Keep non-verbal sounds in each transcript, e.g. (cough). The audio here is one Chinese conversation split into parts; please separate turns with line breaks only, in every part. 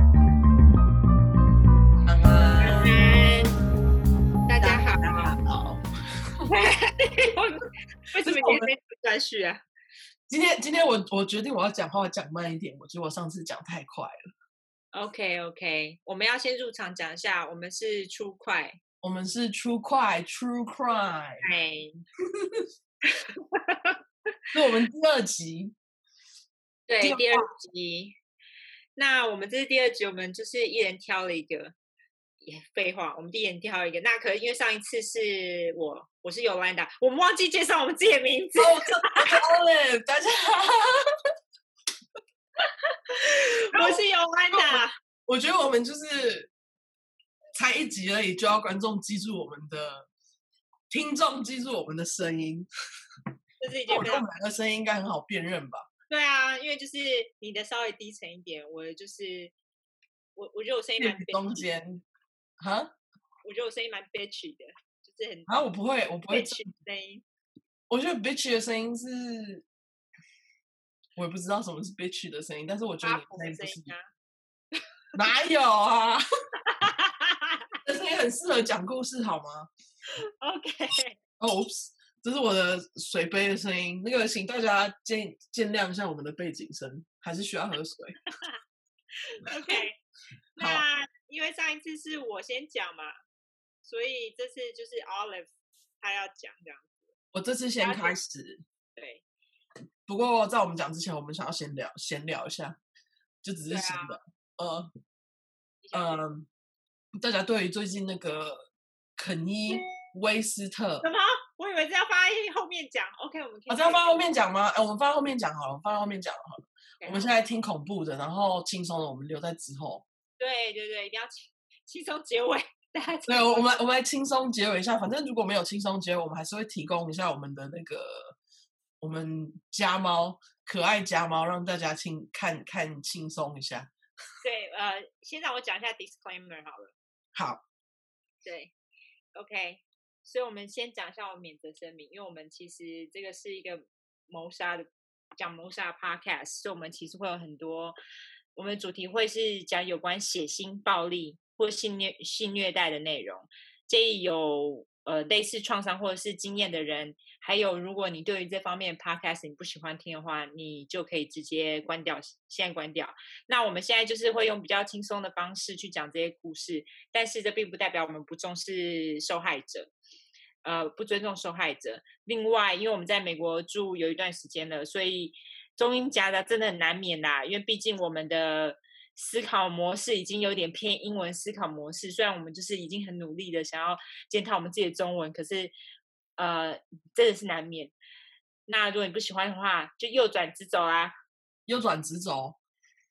(laughs) 为什么
我
你
们
没断续啊？
今天今天我我决定我要讲话讲慢一点，我觉得我上次讲太快了。
OK OK，我们要先入场讲一下，我们是初快，
我们是 True Crime True Crime，
哎，
是我们第二集。第
对，
二
第二集。那我们这是第二集，我们就是一人挑了一个，也废话，我们一人挑一个。那可能因为上一次是我，我是尤兰达，我们忘记介绍我们自己的名字 (laughs)
哦，，我知道了，大家好。
我是尤兰达。
我觉得我们就是才一集而已，就要观众记住我们的，听众记住我们的声音。
这是一
那
件
我
非
觉得我
常
们两个声音应该很好辨认吧？
对啊，因为就是你的稍微低沉一点，我的就是我，我觉得我声音蛮 bitchy
中
的，
间啊
我觉得我声音蛮 bitchy 的，就是很
啊，我不会，我不会
bitch 的声音。
我觉得 bitch 的声音是，我也不知道什么是 bitch 的声音，但是我觉得
发
你声
福的
音不
声
是
音，啊！
哪有啊？ (laughs) 这声音很适合讲故事，好吗 (laughs)
OK，
哦，oops，这是我的水杯的声音，那个请大家见见谅一下我们的背景声，还是需要喝水。
OK，那因为上一次是我先讲嘛，所以这次就是 Olive 他要讲这样。
我这次先
了解
开始，
对，
不过在我们讲之前，我们想要先聊闲聊一下，就只是
对
闲
啊
聊，呃，
你想讲
嗯，大家对于最近那个肯
嗯
伊威斯特啊
什么？我以为是要放在后面讲。OK，我们可以
啊，这样放在后面讲吗？哎、我们放在后面讲好了，我们放在后面讲好了。
讲
我们现在听恐怖的，然后轻松的我们留在之后。
对对对，一定要轻轻松结尾。 (laughs) 大家
对，我我们来我们来轻松结尾一下。反正如果没有轻松结尾，我们还是会提供一下我们的那个我们家猫可爱家猫，让大家轻看看轻松一下。
对呃，先让我讲一下 disclaimer 好了。
好，
对，OK，所以我们先讲一下我们免责声明，因为我们其实这个是一个谋杀的讲谋杀的 podcast，所以我们其实会有很多，我们的主题会是讲有关血腥暴力或性虐性虐待的内容，建议有。呃，类似创伤或者是经验的人，还有如果你对于这方面 podcast 你不喜欢听的话，你就可以直接关掉，现在关掉。那我们现在就是会用比较轻松的方式去讲这些故事，但是这并不代表我们不重视受害者，呃，不尊重受害者。另外，因为我们在美国住有一段时间了，所以中英夹杂真的很难免啦，因为毕竟我们的思考模式已经有点偏英文思考模式，虽然我们就是已经很努力的想要检讨我们自己的中文，可是呃，真的是难免。那如果你不喜欢的话，就右转直走啊啦、
右转直走。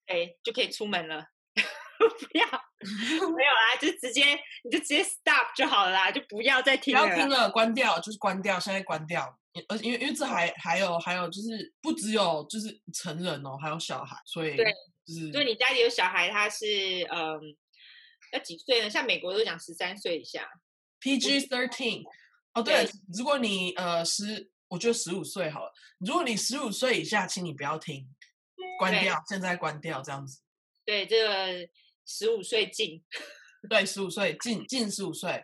哎，就可以出门了。 (laughs) 不要，没有啦，就直接你就直接 stop 就好了啦，就不要再
不
听
要
了
听
啦。
了，关掉，就是关掉，现在关掉。而且因为因为这还还有还有就是不只有就是成人哦，还有小孩，所以
对
就是
就你家里有小孩，他是嗯，要几岁呢？像美国都讲十三岁以下，
PG thirteen。哦，对
对，
如果你呃十，我觉得十五岁好了。如果你十五岁以下，请你不要听，关
对
掉，现在关掉这样子。
对，这个十五岁进，
对，十五岁近近十五岁，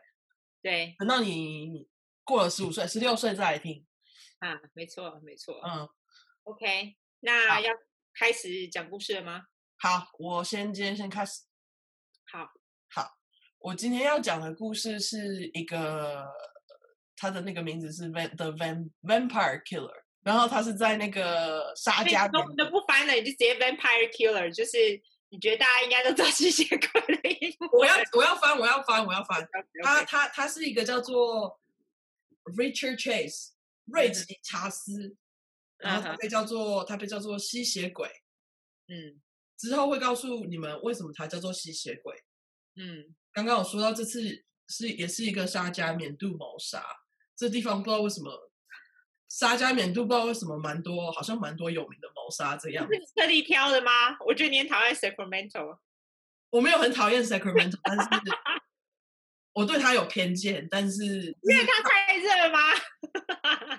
对
等到你过了十五岁，十六岁再来听。
啊，没错没错。
嗯，
OK，那
好
要开始讲故事了吗？
好，我先今天先开始。
好，
我今天要讲的故事是一个，他的那个名字是 Van The Van Vampire Killer，然后他是在那个沙
所以
加
中
缅
文都不翻了，你就直接 vampire killer，就是你觉得大家应该都知道吸血鬼的英文。
我要啊我要翻我要翻我要翻，他
OK，OK
他他是一个叫做 Richard Chase 瑞
嗯哼
奇查斯，然后
嗯
他
哼
被叫做他被叫做吸血鬼。
嗯
之后会告诉你们为什么他叫做吸血鬼。
嗯，
刚刚我说到这次是也是一个沙加缅度谋杀，这地方不知道为什么沙加缅度不知道为什么蛮多好像蛮多有名的谋杀这样。
是你特地挑的吗？我觉得你很讨厌 Sacramento。
我没有很讨厌 Sacramento，但是 (laughs) 我对他有偏见，但是
因为它太热了吗？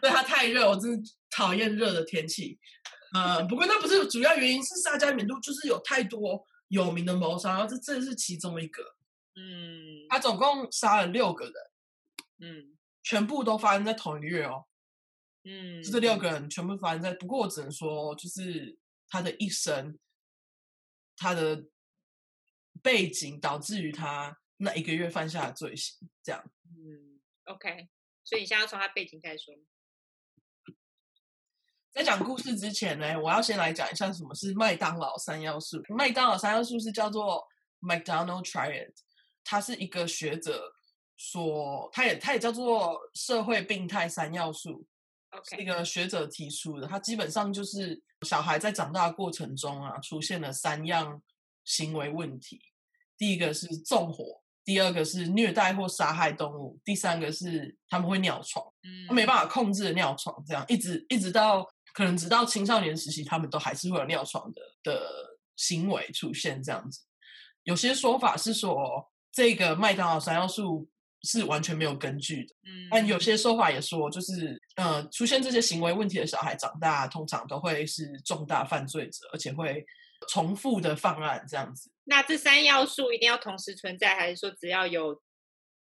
对它太热，我真的讨厌热的天气。呃，不过那不是主要原因，是沙加缅度就是有太多有名的谋杀，然后这这是其中一个。
(laughs) 嗯
他总共杀了六个人，
嗯，
全部都发生在同一个月哦。
嗯，
就这六个人全部发生在。不过我只能说，就是他的一生，他的背景导致于他那一个月犯下的罪行，这样。
嗯，OK，所以你现在要从他背景开始说吗，
在讲故事之前呢，我要先来讲一下什么是麦当劳三要素。麦当劳三要素是叫做 McDonald Triad，它是一个学者所，它也它也叫做社会病态三要素。是一
OK，
个学者提出的，他基本上就是小孩在长大的过程中啊，出现了三样行为问题。第一个是纵火，第二个是虐待或杀害动物，第三个是他们会尿床，
嗯，
他哦没办法控制的尿床，这样一直一直到可能直到青少年时期，他们都还是会有尿床的的行为出现这样子。有些说法是说，这个麦当劳三要素是完全没有根据的。
嗯，
但有些说法也说，就是呃，出现这些行为问题的小孩长大，通常都会是重大犯罪者，而且会重复的犯案这样子。
那这三要素一定要同时存在，还是说只要有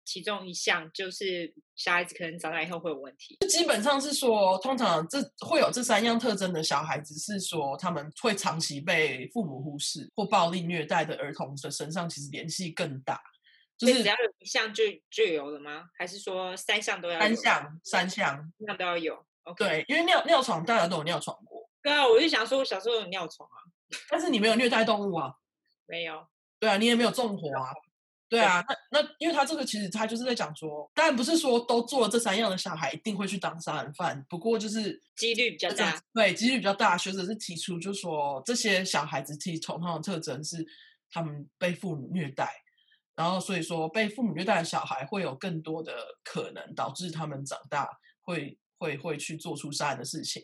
其中一项，就是小孩子可能长大以后会有问题？
就基本上是说，通常这会有这三样特征的小孩子，是说他们会长期被父母忽视或暴力虐待的儿童的身上，其实联系更大，就
所以
是
只要有一项就就有了吗？还是说三项都要
三
有
项三项。
三项都要有？OK，
对，因为尿尿床大家都有尿床过，
对啊，我就想说，我小时候有尿床啊，
但是你没有虐待动物啊。
没有，
对啊，你也没有纵火啊。对
对
啊，那那因为他这个其实他就是在讲说，当然不是说都做了这三样的小孩一定会去当杀人犯，不过就是
几率比较
这种
大。
对几率比较大。学者是提出就说这些小孩子其实同样的特征是他们被父母虐待，然后所以说被父母虐待的小孩会有更多的可能导致他们长大会会会去做出杀人的事情。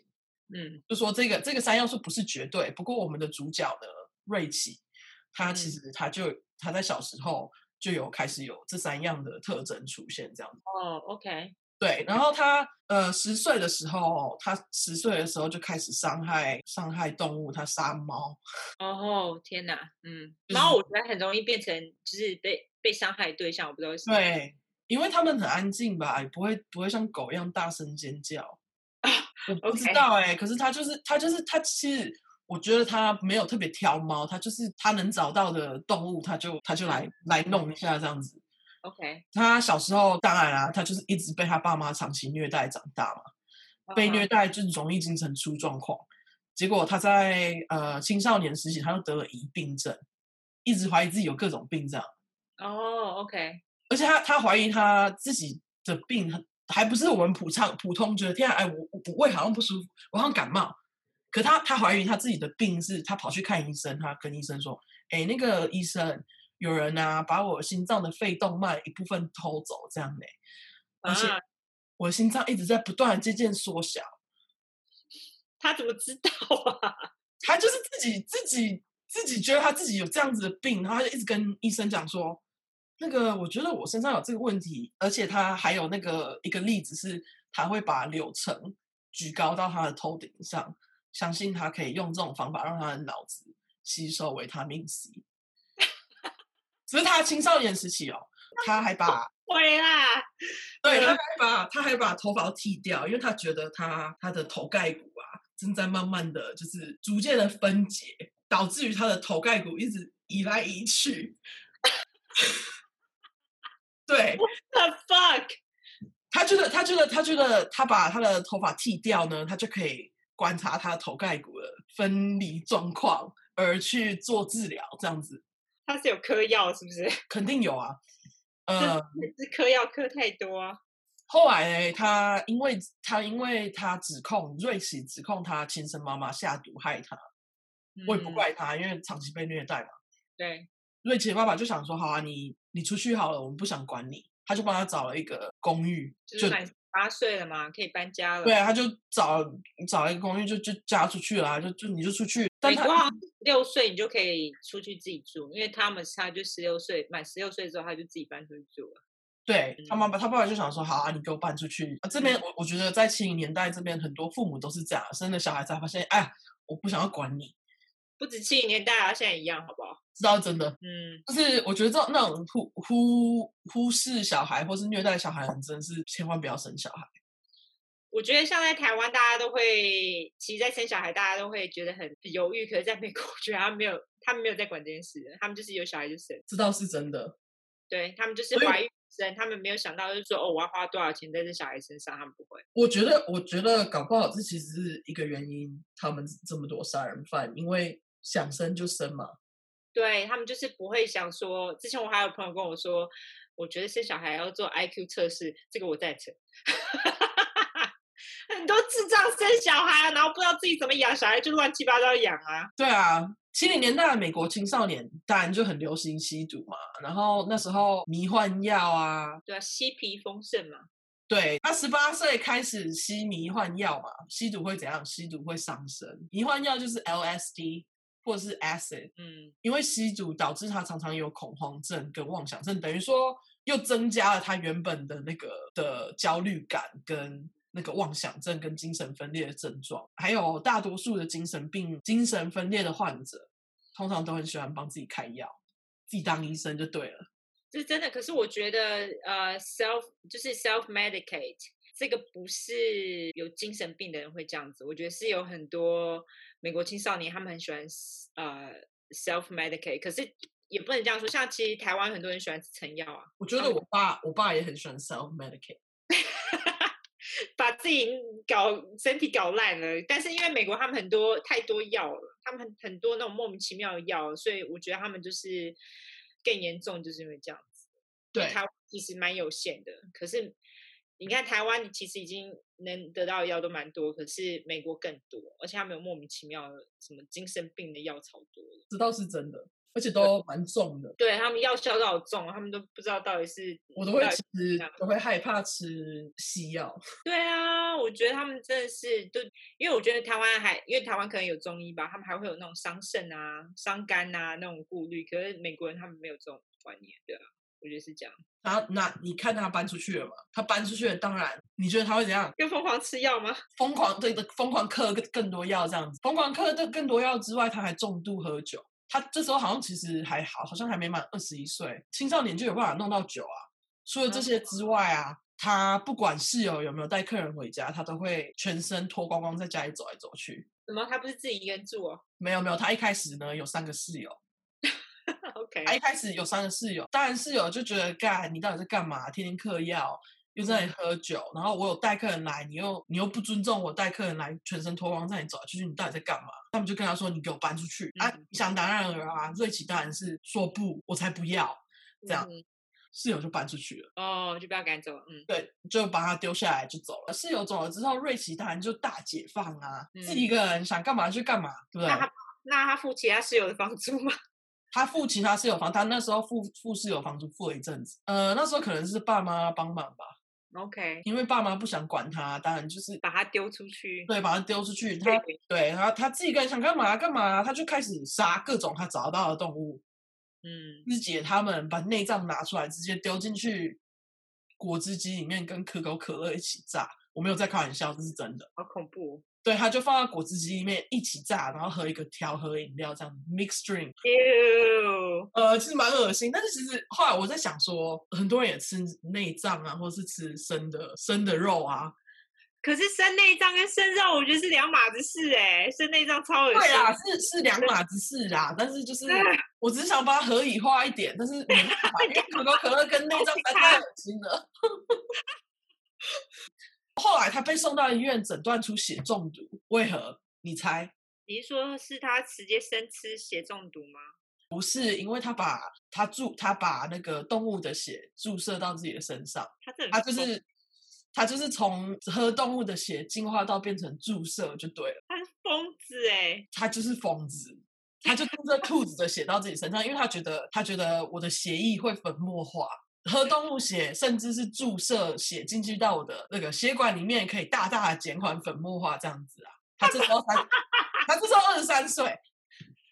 嗯
就说这个这个三要素不是绝对，不过我们的主角呢，瑞奇，他其
嗯
实他就他在小时候就有开始有这三样的特征出现，这样子。
哦，OK，
对，然后他呃十岁的时候，他十岁的时候就开始伤害伤害动物，他杀猫。
哦天哪，嗯，
就
猫
是
我觉得很容易变成就是被被伤害对象，我不知道为什么。
对，因为他们很安静吧，也不会不会像狗一样大声尖叫。我不知
OK
道哎、可是他就是他就是他其实。我觉得他没有特别挑猫，他就是他能找到的动物，他就他就来来弄一下这样子。
OK，
他小时候当然啦、啊他就是一直被他爸妈长期虐待长大嘛，被
嗯
虐待就是容易精神出状况。结果他在呃青少年时期，他就得了疑病症，一直怀疑自己有各种病这样。
哦，OK，
而且他他怀疑他自己的病很，还不是我们普常普通觉得天啊，哎，我我我胃好像不舒服，我好像感冒。可他他怀疑他自己的病是，他跑去看医生，他跟医生说：“哎，那个医生，有人啊把我心脏的肺动脉一部分偷走，这样呢、而且
啊
我的心脏一直在不断的渐渐缩小。”
他怎么知道啊？ (laughs)
他就是自己自己自己觉得他自己有这样子的病，然后他就一直跟医生讲说，那个我觉得我身上有这个问题，而且他还有那个一个例子是，他会把柳橙举高到他的头顶上，相信他可以用这种方法让他的脑子吸收维他命 C。只是他青少年时期哦，他还把
会啦，
对，他
嗯
还把他还把头发都剃掉，因为他觉得他他的头盖骨啊正在慢慢的就是逐渐的分解，导致于他的头盖骨一直移来移去。对
the fuck？
他觉得，他觉得，他觉得，他把他的头发剃掉呢，他就可以观察他的头盖骨的分离状况，而去做治疗，这样子
他是有嗑药是不是？
肯定有啊。呃，
是嗑药嗑太多啊？
后来呢，他因为他因为他指控瑞奇指控他亲生妈妈下毒害他，我也不
嗯。
怪他，因为长期被虐待嘛。
对，
瑞奇的爸爸就想说，好啊，你你出去好了，我们不想管你。他就帮他找了一个公寓，
就是
就
满八岁了嘛，可以搬家了。
对啊，他就找找了一个公寓，就就嫁出去了、啊，就就你就出去。但
美
他
国好像六岁你就可以出去自己住，因为他们他就十六岁，满十六岁之后他就自己搬出去住了。
对他
嗯
妈妈，他爸爸就想说，好啊，你给我搬出去。啊、这边我我觉得在七零年代这边很多父母都是这样，生了小孩才发现，哎，我不想要管你，
不止七零年代啊，现在一样，好不好？
知道真的。
嗯，
就是我觉得这种那种忽忽忽视小孩或是虐待小孩的人，真的是千万不要生小孩。
我觉得像在台湾，大家都会，其实，在生小孩，大家都会觉得很犹豫。可是，在美国，我 (laughs) 觉得他没有，他们没有在管这件事的，他们就是有小孩就生，
这倒是真的。
对他们就是
所以
怀孕生，他们没有想到就是说，哦，我要花多少钱在这小孩身上，他们不会。
我觉得，我觉得搞不好这其实是一个原因，他们这么多杀人犯，因为想生就生嘛。
对他们就是不会想说，之前我还有朋友跟我说，我觉得生小孩要做 IQ 测试，这个我赞成。 (laughs) 很多智障生小孩，啊然后不知道自己怎么养小孩，就乱七八糟养啊。
对啊，七零年代的美国青少年当然就很流行吸毒嘛，然后那时候迷幻药啊，
对啊，嬉皮风盛嘛。
对他十八岁开始吸迷幻药嘛，吸毒会怎样？吸毒会上身，迷幻药就是 LSD 或者是 acid，
嗯，
因为吸毒导致他常常有恐慌症跟妄想症，等于说又增加了他原本的那个的焦虑感跟。那个妄想症跟精神分裂的症状，还有大多数的精神病、精神分裂的患者，通常都很喜欢帮自己开药，自己当医生就对了。
这真的。可是我觉得，呃，self 就是 self medicate。这个不是有精神病的人会这样子，我觉得是有很多美国青少年他们很喜欢呃 self medicate，可是也不能这样说，像其实台湾很多人喜欢吃成药啊，
我觉得
嗯
我爸，我爸也很喜欢 self medicate。
把自己搞身体搞烂了。但是因为美国他们很多太多药了，他们很很多那种莫名其妙的药，所以我觉得他们就是更严重，就是因为这样子。因为
对
台湾其实蛮有限的，可是你看台湾其实已经能得到的药都蛮多，可是美国更多，而且他们有莫名其妙的什么精神病的药超多的，
这倒是真的，而且都蛮重的。
对他们药效都好重，他们都不知道到底是
我都会
到底
其实
样
都会害怕吃西药，
对啊，我觉得他们真的是都，因为我觉得台湾还，因为台湾可能有中医吧，他们还会有那种伤肾啊、伤肝啊那种顾虑，可是美国人他们没有这种观念，对啊，我觉得是这样，
他那你看他搬出去了嘛？他搬出去了，当然你觉得他会怎样？
要疯狂吃药吗？ (laughs)
疯狂对的，疯狂嗑更更多药这样子，疯狂嗑更更多药之外，他还重度喝酒。他这时候好像其实还好，好像还没满二十一岁，青少年就有办法弄到酒啊。除了这
嗯
些之外啊，他不管室友有没有带客人回家，他都会全身脱光光在家里走来走去。
怎么他不是自己一个人住哦 (laughs)
没有没有，他一开始呢有三个室友，
？OK，
哎他一开始有三个室友，当然室友就觉得干你到底在干嘛？天天嗑药，又在那
嗯
里喝酒，然后我有带客人来，你又你又不尊重我带客人来，全身脱光在你走来出去，你到底在干嘛？他们就跟他说你给我搬出去、啊
嗯！
想当然了啊，瑞奇当然是说不，我才不要，这样
嗯
室友就搬出去了。
哦，就不要赶走，嗯，
对，就把他丢下来就走了。室友走了之后，瑞奇当然就大解放啊，自己一个人想干嘛就干嘛，对不对？
嗯那他那他付其他室友的房租吗？
他付其他室友房，他那时候付付室友房租付了一阵子，呃，那时候可能是爸妈帮忙吧，
？OK，
因为爸妈不想管他，当然就是
把他丢出去，
对把他丢出去，他
对，
对，然后他自己一个人想干嘛干嘛，他就开始杀各种他找到的动物，
嗯，
肢解他们，把内脏拿出来，直接丢进去果汁机里面，跟可口可乐一起榨。我没有在开玩笑，这是真的。
好恐怖，
对，他就放到果汁机里面一起榨，然后喝一个调和饮料，这样 mix drink。
哟，
呃，其实蛮恶心，但是其实后来我在想说，很多人也吃内脏啊，或是吃生的生的肉啊。
可是生内脏跟生肉，我觉得是两码子事哎、生内脏超恶
对啊
心。
啦，是是两码子事啦，但是就是
对
我只是想把它合理化一点，但是没办法，因为可口可乐跟内 (laughs) 脏实在太恶心了。后来他被送到医院，诊断出血中毒，为何？你猜？
你是说是他直接生吃血中毒吗？
不是因为他把他注他把那个动物的血注射到自己的身上。
他这
他
很
啊就
疯
是他就是从喝动物的血进化到变成注射就对了，
他是疯子哎、
他就是疯子，他就注射兔子的血到自己身上，因为他觉得他觉得我的血液会粉末化。喝动物血，甚至是注射血进去到我的那个血管里面，可以大大的减缓粉末化这样子啊。他这时候三，他这时候二十三岁，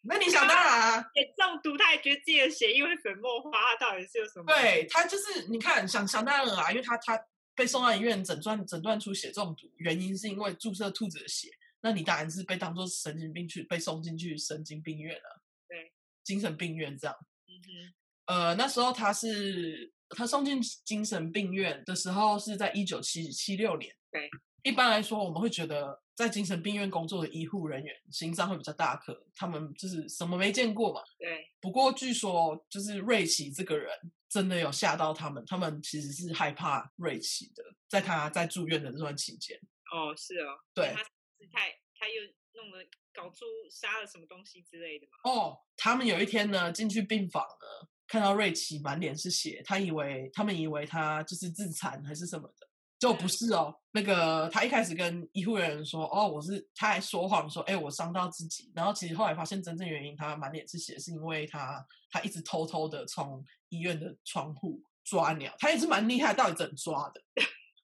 那你想当然啊，
血中毒，他也觉得自己的血液会粉末化，他到底是有什么？
对他就是你看想想当然了啊，因为他他被送到医院诊断诊断出血中毒，原因是因为注射兔子的血，那你当然是被当做神经病去被送进去神经病院了、
对，
精神病院这样。
嗯哼，
呃，那时候他是他送进精神病院的时候是在一九七七六年，
对，
一般来说，我们会觉得在精神病院工作的医护人员心脏会比较大颗，他们就是什么没见过嘛。
对，
不过据说就是瑞奇这个人真的有吓到他们，他们其实是害怕瑞奇的，在他在住院的这段期间，
哦，是哦，
对
他是太他又弄了搞出杀了什么东西之类的嘛，
哦，他们有一天呢进去病房呢，看到瑞奇满脸是血，他以为他们以为他就是自残还是什么的，结果不
嗯
是哦。那个他一开始跟医护人员说，哦，我是，他还说谎说，哎，我伤到自己。然后其实后来发现真正原因，他满脸是血，是因为他他一直偷偷的从医院的窗户抓鸟，他也是蛮厉害，到底怎么抓的？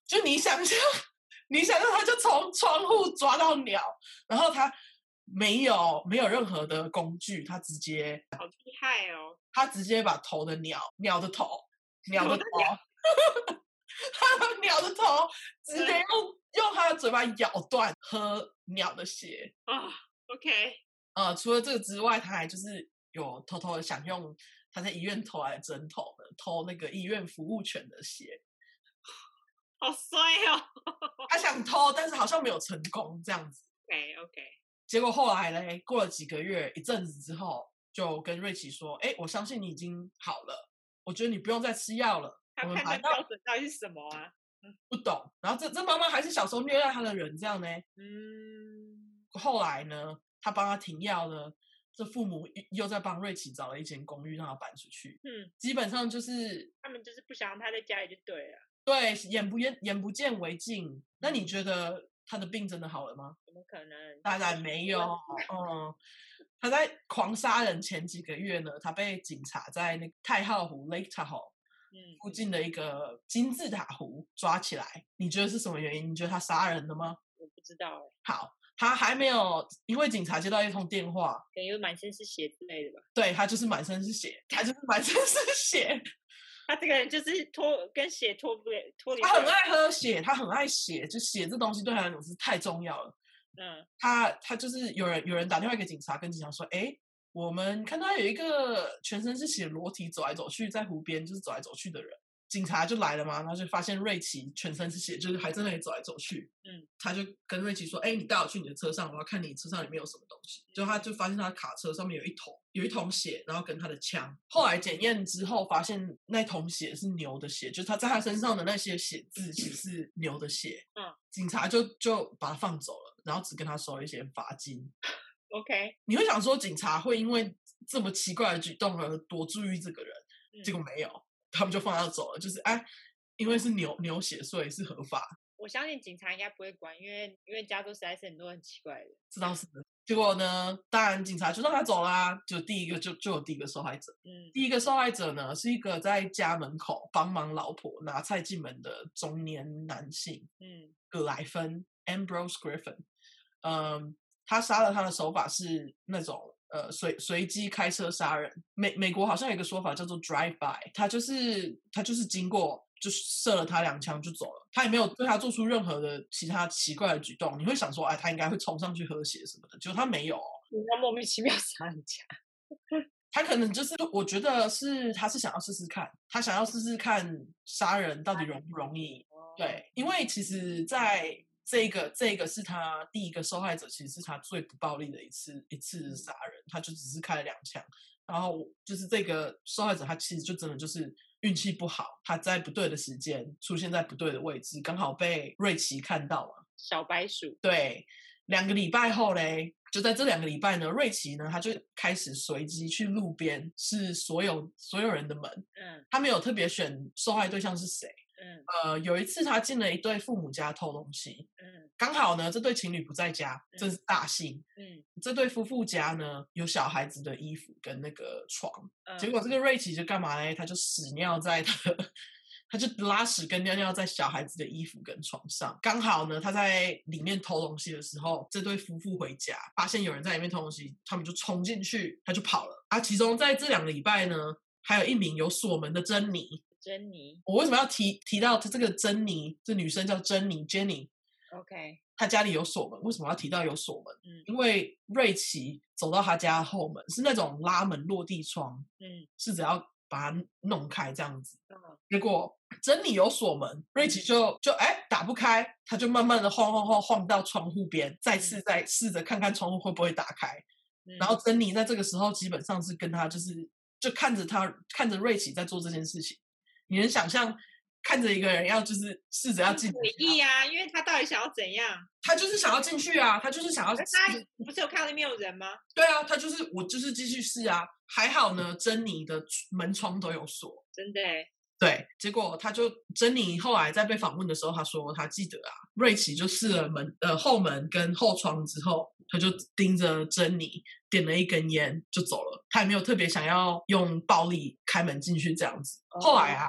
就你想象，你想象他就从窗户抓到鸟，然后他没有没有任何的工具，他直接
好厉害哦，
他直接把头的鸟鸟的头鸟的
头
头
的，
他把鸟的头直接用用他的嘴巴咬断，喝鸟的血。
啊、o k
呃，除了这个之外，他还就是有偷偷的想用他在医院偷来的针头呢，偷那个医院服务犬的血。
好衰哦
他想偷，但是好像没有成功这样子。
，OK OK，
结果后来嘞，过了几个月一阵子之后，就跟瑞奇说：“哎，我相信你已经好了，我觉得你不用再吃药了。”
他
我们
判
把
断
药
标准到底是什么啊？
不懂，然后这这妈妈还是小时候虐待她的人，这样呢。
嗯，
后来呢，他帮他停药呢，这父母又又在帮瑞奇找了一间公寓让他搬出去。
嗯，
基本上就是
他们就是不想让他在家里就对了，
对眼不眼眼不见为净。那你觉得他的病真的好了吗？
怎么可能？
当
(laughs)
然没有，嗯，他在狂杀人前几个月呢，他被警察在那个太浩湖 Lake Tahoe
嗯，
附近的一个金字塔湖抓起来。你觉得是什么原因？你觉得他杀人了吗？
我不知道哎，
好，他还没有，因为警察接到一通电话，
可能有满身是血之类的吧。
对他就是满身是血，他就是满身是血，
他这个人就是脱跟血脱不了脱离不
他很
了，
爱喝血，他很爱血，就血这东西对他来讲是太重要了。
嗯，
他他就是有人有人打电话给警察，跟警察说，哎，我们看到有一个全身是血、裸体走来走去在湖边，就是走来走去的人。警察就来了嘛，然后就发现瑞奇全身是血，就是还在那里走来走去。
嗯，
他就跟瑞奇说：“哎、你带我去你的车上，我要看你车上里面有什么东西。”就他就发现他的卡车上面有一桶有一桶血，然后跟他的枪。后来检验之后发现那桶血是牛的血，就是他在他身上的那些血渍其实是牛的血。
嗯，
警察就就把他放走了，然后只跟他收一些罚金。
OK，
你会想说警察会因为这么奇怪的举动而多注意这个人，结
嗯
果没有，他们就放他走了。就是哎，因为是牛牛血，所以是合法，
我相信警察应该不会管，因为因为加州实在是很多很奇怪的人。
这倒是。结果呢，当然警察就让他走啦、就第一个就就有第一个受害者，
嗯
第一个受害者呢是一个在家门口帮忙老婆拿菜进门的中年男性
嗯
葛莱芬 （Ambrose Griffin）。嗯，他杀了他的手法是那种呃随随机开车杀人。美美国好像有一个说法叫做 drive by，他就是他就是经过就射了他两枪就走了，他也没有对他做出任何的其他奇怪的举动。你会想说，哎，他应该会冲上去喝血什么的，结果他没有哦。
你要莫名其妙杀人家，
他可能就是，我觉得是他是想要试试看，他想要试试看杀人到底容不容易，
哦，
对，因为其实在这个这个是他第一个受害者，其实是他最不暴力的一次一次杀人，他就只是开了两枪，然后就是这个受害者他其实就真的就是运气不好，他在不对的时间出现在不对的位置，刚好被瑞奇看到嘛，
小白鼠，
对，两个礼拜后嘞，就在这两个礼拜呢，瑞奇呢他就开始随机去路边是所有所有人的门，
嗯
他没有特别选受害对象是谁。
嗯
呃，有一次他进了一对父母家偷东西，
嗯
刚好呢这对情侣不在家，真是大幸。
嗯
这对夫妇家呢有小孩子的衣服跟那个床，
嗯，
结果这个瑞奇就干嘛嘞？他就屎尿在他的，他就拉屎跟尿尿在小孩子的衣服跟床上。刚好呢，他在里面偷东西的时候，这对夫妇回家发现有人在里面偷东西，他们就冲进去，他就跑了。啊，其中在这两个礼拜呢，还有一名有锁门的珍妮。
珍妮
我为什么要提提到她这个珍妮？这女生叫珍妮 Jenny，
，OK，
她家里有锁门。为什么要提到有锁门？
嗯
因为瑞奇走到她家的后门是那种拉门落地窗，
嗯
是只要把它弄开这样子。
嗯
结果整理有锁门，瑞奇就就哎打不开，他就慢慢的晃晃晃晃到窗户边，再次再试着看看窗户会不会打开。
嗯
然后珍妮在这个时候基本上是跟他就是就看着他看着瑞奇在做这件事情，你能想象看着一个人要就是试着要进
诡异啊，因为他到底想要怎 (laughs) 样？
他就是想要进去啊，他就是想要
可是他不是有看到那边有人吗？
对啊，他就是我就是继续试啊，还好呢，珍妮的门窗都有锁，
真的欸，
对，结果他就珍妮后来在被访问的时候，他说他记得啊，瑞奇就试了门呃后门跟后窗之后，他就盯着珍妮点了一根烟就走了，他也没有特别想要用暴力开门进去这样子。后来啊，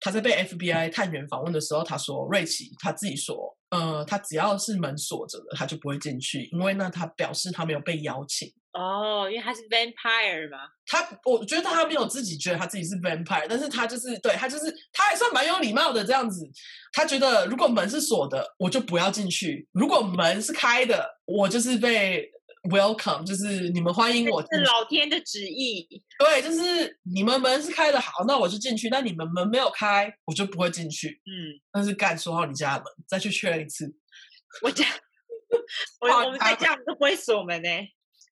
他在被 FBI 探员访问的时候，他说瑞奇他自己说，呃，他只要是门锁着的，他就不会进去，因为那他表示他没有被邀请。
哦，因为他是 vampire 嘛，
他，我觉得他没有自己觉得他自己是 vampire，但是他就是对他就是他还算蛮有礼貌的这样子。他觉得如果门是锁的，我就不要进去；如果门是开的，我就是被 welcome，就是你们欢迎我进
这是
去。
老天的旨意。
对，就是你们门是开的，好，那我就进去；但你们门没有开，我就不会进去。
嗯，
但是干锁好你家的门，再去确认一次。
(laughs) 我家我
好
我们在
他
家我们都不会锁门呢、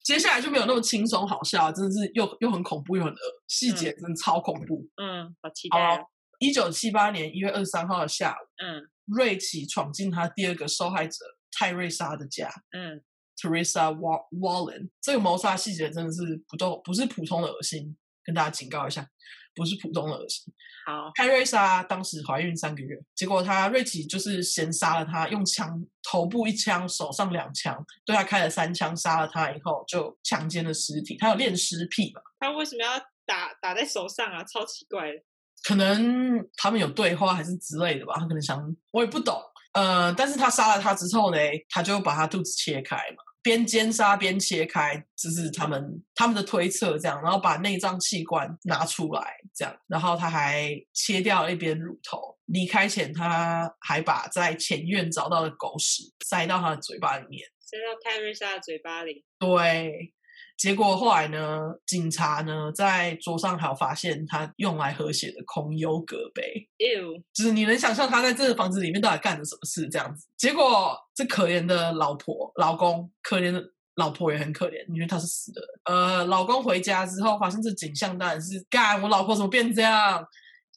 接下来就没有那么轻松好笑，真的是又又很恐怖又很恶，细节真的超恐怖。
嗯，好期
好
待、
了
哦。
一九七八年一月二十三号的下午，
嗯
瑞奇闯进他第二个受害者泰瑞莎的家
嗯，
，Teresa Wa- Wallen。这个谋杀细节真的是不都不是普通的恶心，跟大家警告一下，不是普通的恶心。
好，
泰瑞莎当时怀孕三个月，结果他瑞奇就是先杀了她，用枪头部一枪，手上两枪，对她开了三枪，杀了她以后就强奸了尸体。他有恋尸癖嘛？
他为什么要打打在手上啊？超奇怪的。
可能他们有对话还是之类的吧，他可能想，我也不懂。呃，但是他杀了他之后呢，他就把他肚子切开嘛，边奸杀边切开，这是他们他们的推测这样，然后把内脏器官拿出来这样，然后他还切掉了一边乳头。离开前，他还把在前院找到的狗屎塞到他的嘴巴里面。
塞到泰瑞莎的嘴巴里，
对，结果后来呢，警察呢在桌上还有发现他用来喝血的空优格杯。
ew，
就是你能想象他在这个房子里面到底干了什么事这样子。结果这可怜的老婆、老公，可怜的老婆也很可怜，因为她是死的人。呃，老公回家之后发现这景象，当然是干我老婆怎么变这样？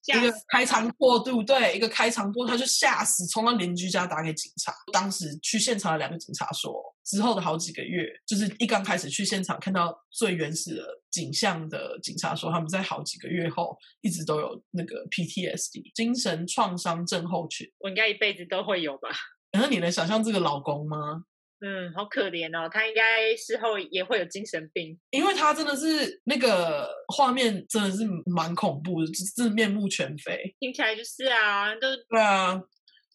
吓
一个
死
开肠破肚，对，一个开肠破，肚，他就吓死，冲到邻居家打给警察。当时去现场的两个警察说，之后的好几个月，就是一刚开始去现场看到最原始的景象的警察说，他们在好几个月后一直都有那个 PTSD 精神创伤症候群。
我应该一辈子都会有吧？
然后你能想象这个老公吗？
嗯，好可怜哦，他应该事后也会有精神病。
因为他真的是那个画面真的是蛮恐怖的，就是真的面目全非。
听起来就是啊，都
对啊，
什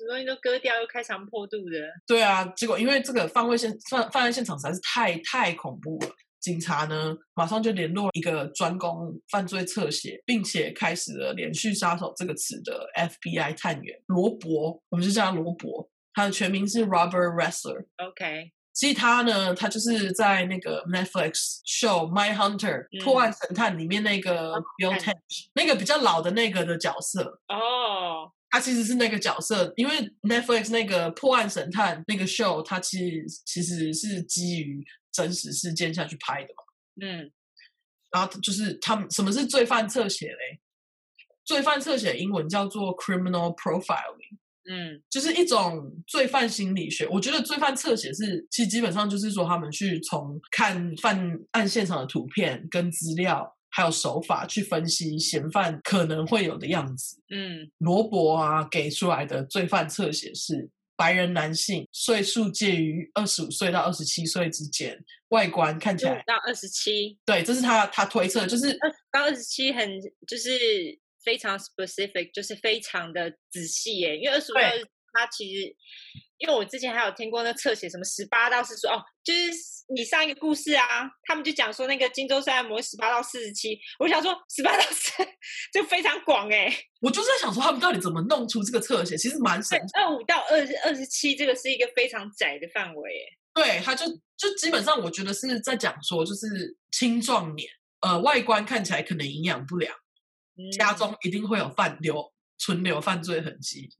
么东西都割掉，又开肠破肚的。
对啊，结果因为这个犯罪现犯犯案现场实在是太太恐怖了，警察呢马上就联络一个专攻犯罪侧写，并且开始了“连续杀手”这个词的 FBI 探员罗伯，我们就叫他罗伯，他的全名是 Robert Ressler。
OK，
其实他呢，他就是在那个 Netflix show《My Hunter
嗯》
破案神探里面那个 Bill
看
Tench 那个比较老的那个的角色。
哦，
他其实是那个角色，因为 Netflix 那个破案神探那个 show，它其实其实是基于真实事件下去拍的嘛。
嗯，
然后就是他们什么是罪犯侧写嘞？罪犯侧写英文叫做 criminal profiling，
嗯，
就是一种罪犯心理学。我觉得罪犯侧写是，其实基本上就是说他们去从看犯案现场的图片跟资料，还有手法去分析嫌犯可能会有的样子。
嗯，
罗伯啊给出来的罪犯侧写是白人男性，岁数介于二十五岁到二十七岁之间，外观看起
十五
来
到二十七，
对，这是他他推测，就是
二到二十七很就是非常 specific，就是非常的仔细耶。因为二十五到
对
它其实，因为我之前还有听过那侧写什么十八到四十哦，就是你上一个故事啊，他们就讲说那个荆州山按摩十八到四十七，我想说十八到四 (laughs) 就非常广哎。
我就是在想说他们到底怎么弄出这个侧写，其实蛮神
对，二五到二十二十七这个是一个非常窄的范围耶。
对，他就就基本上我觉得是在讲说，就是青壮年，呃，外观看起来可能营养不良，家
嗯
中一定会有犯流存留犯罪痕迹，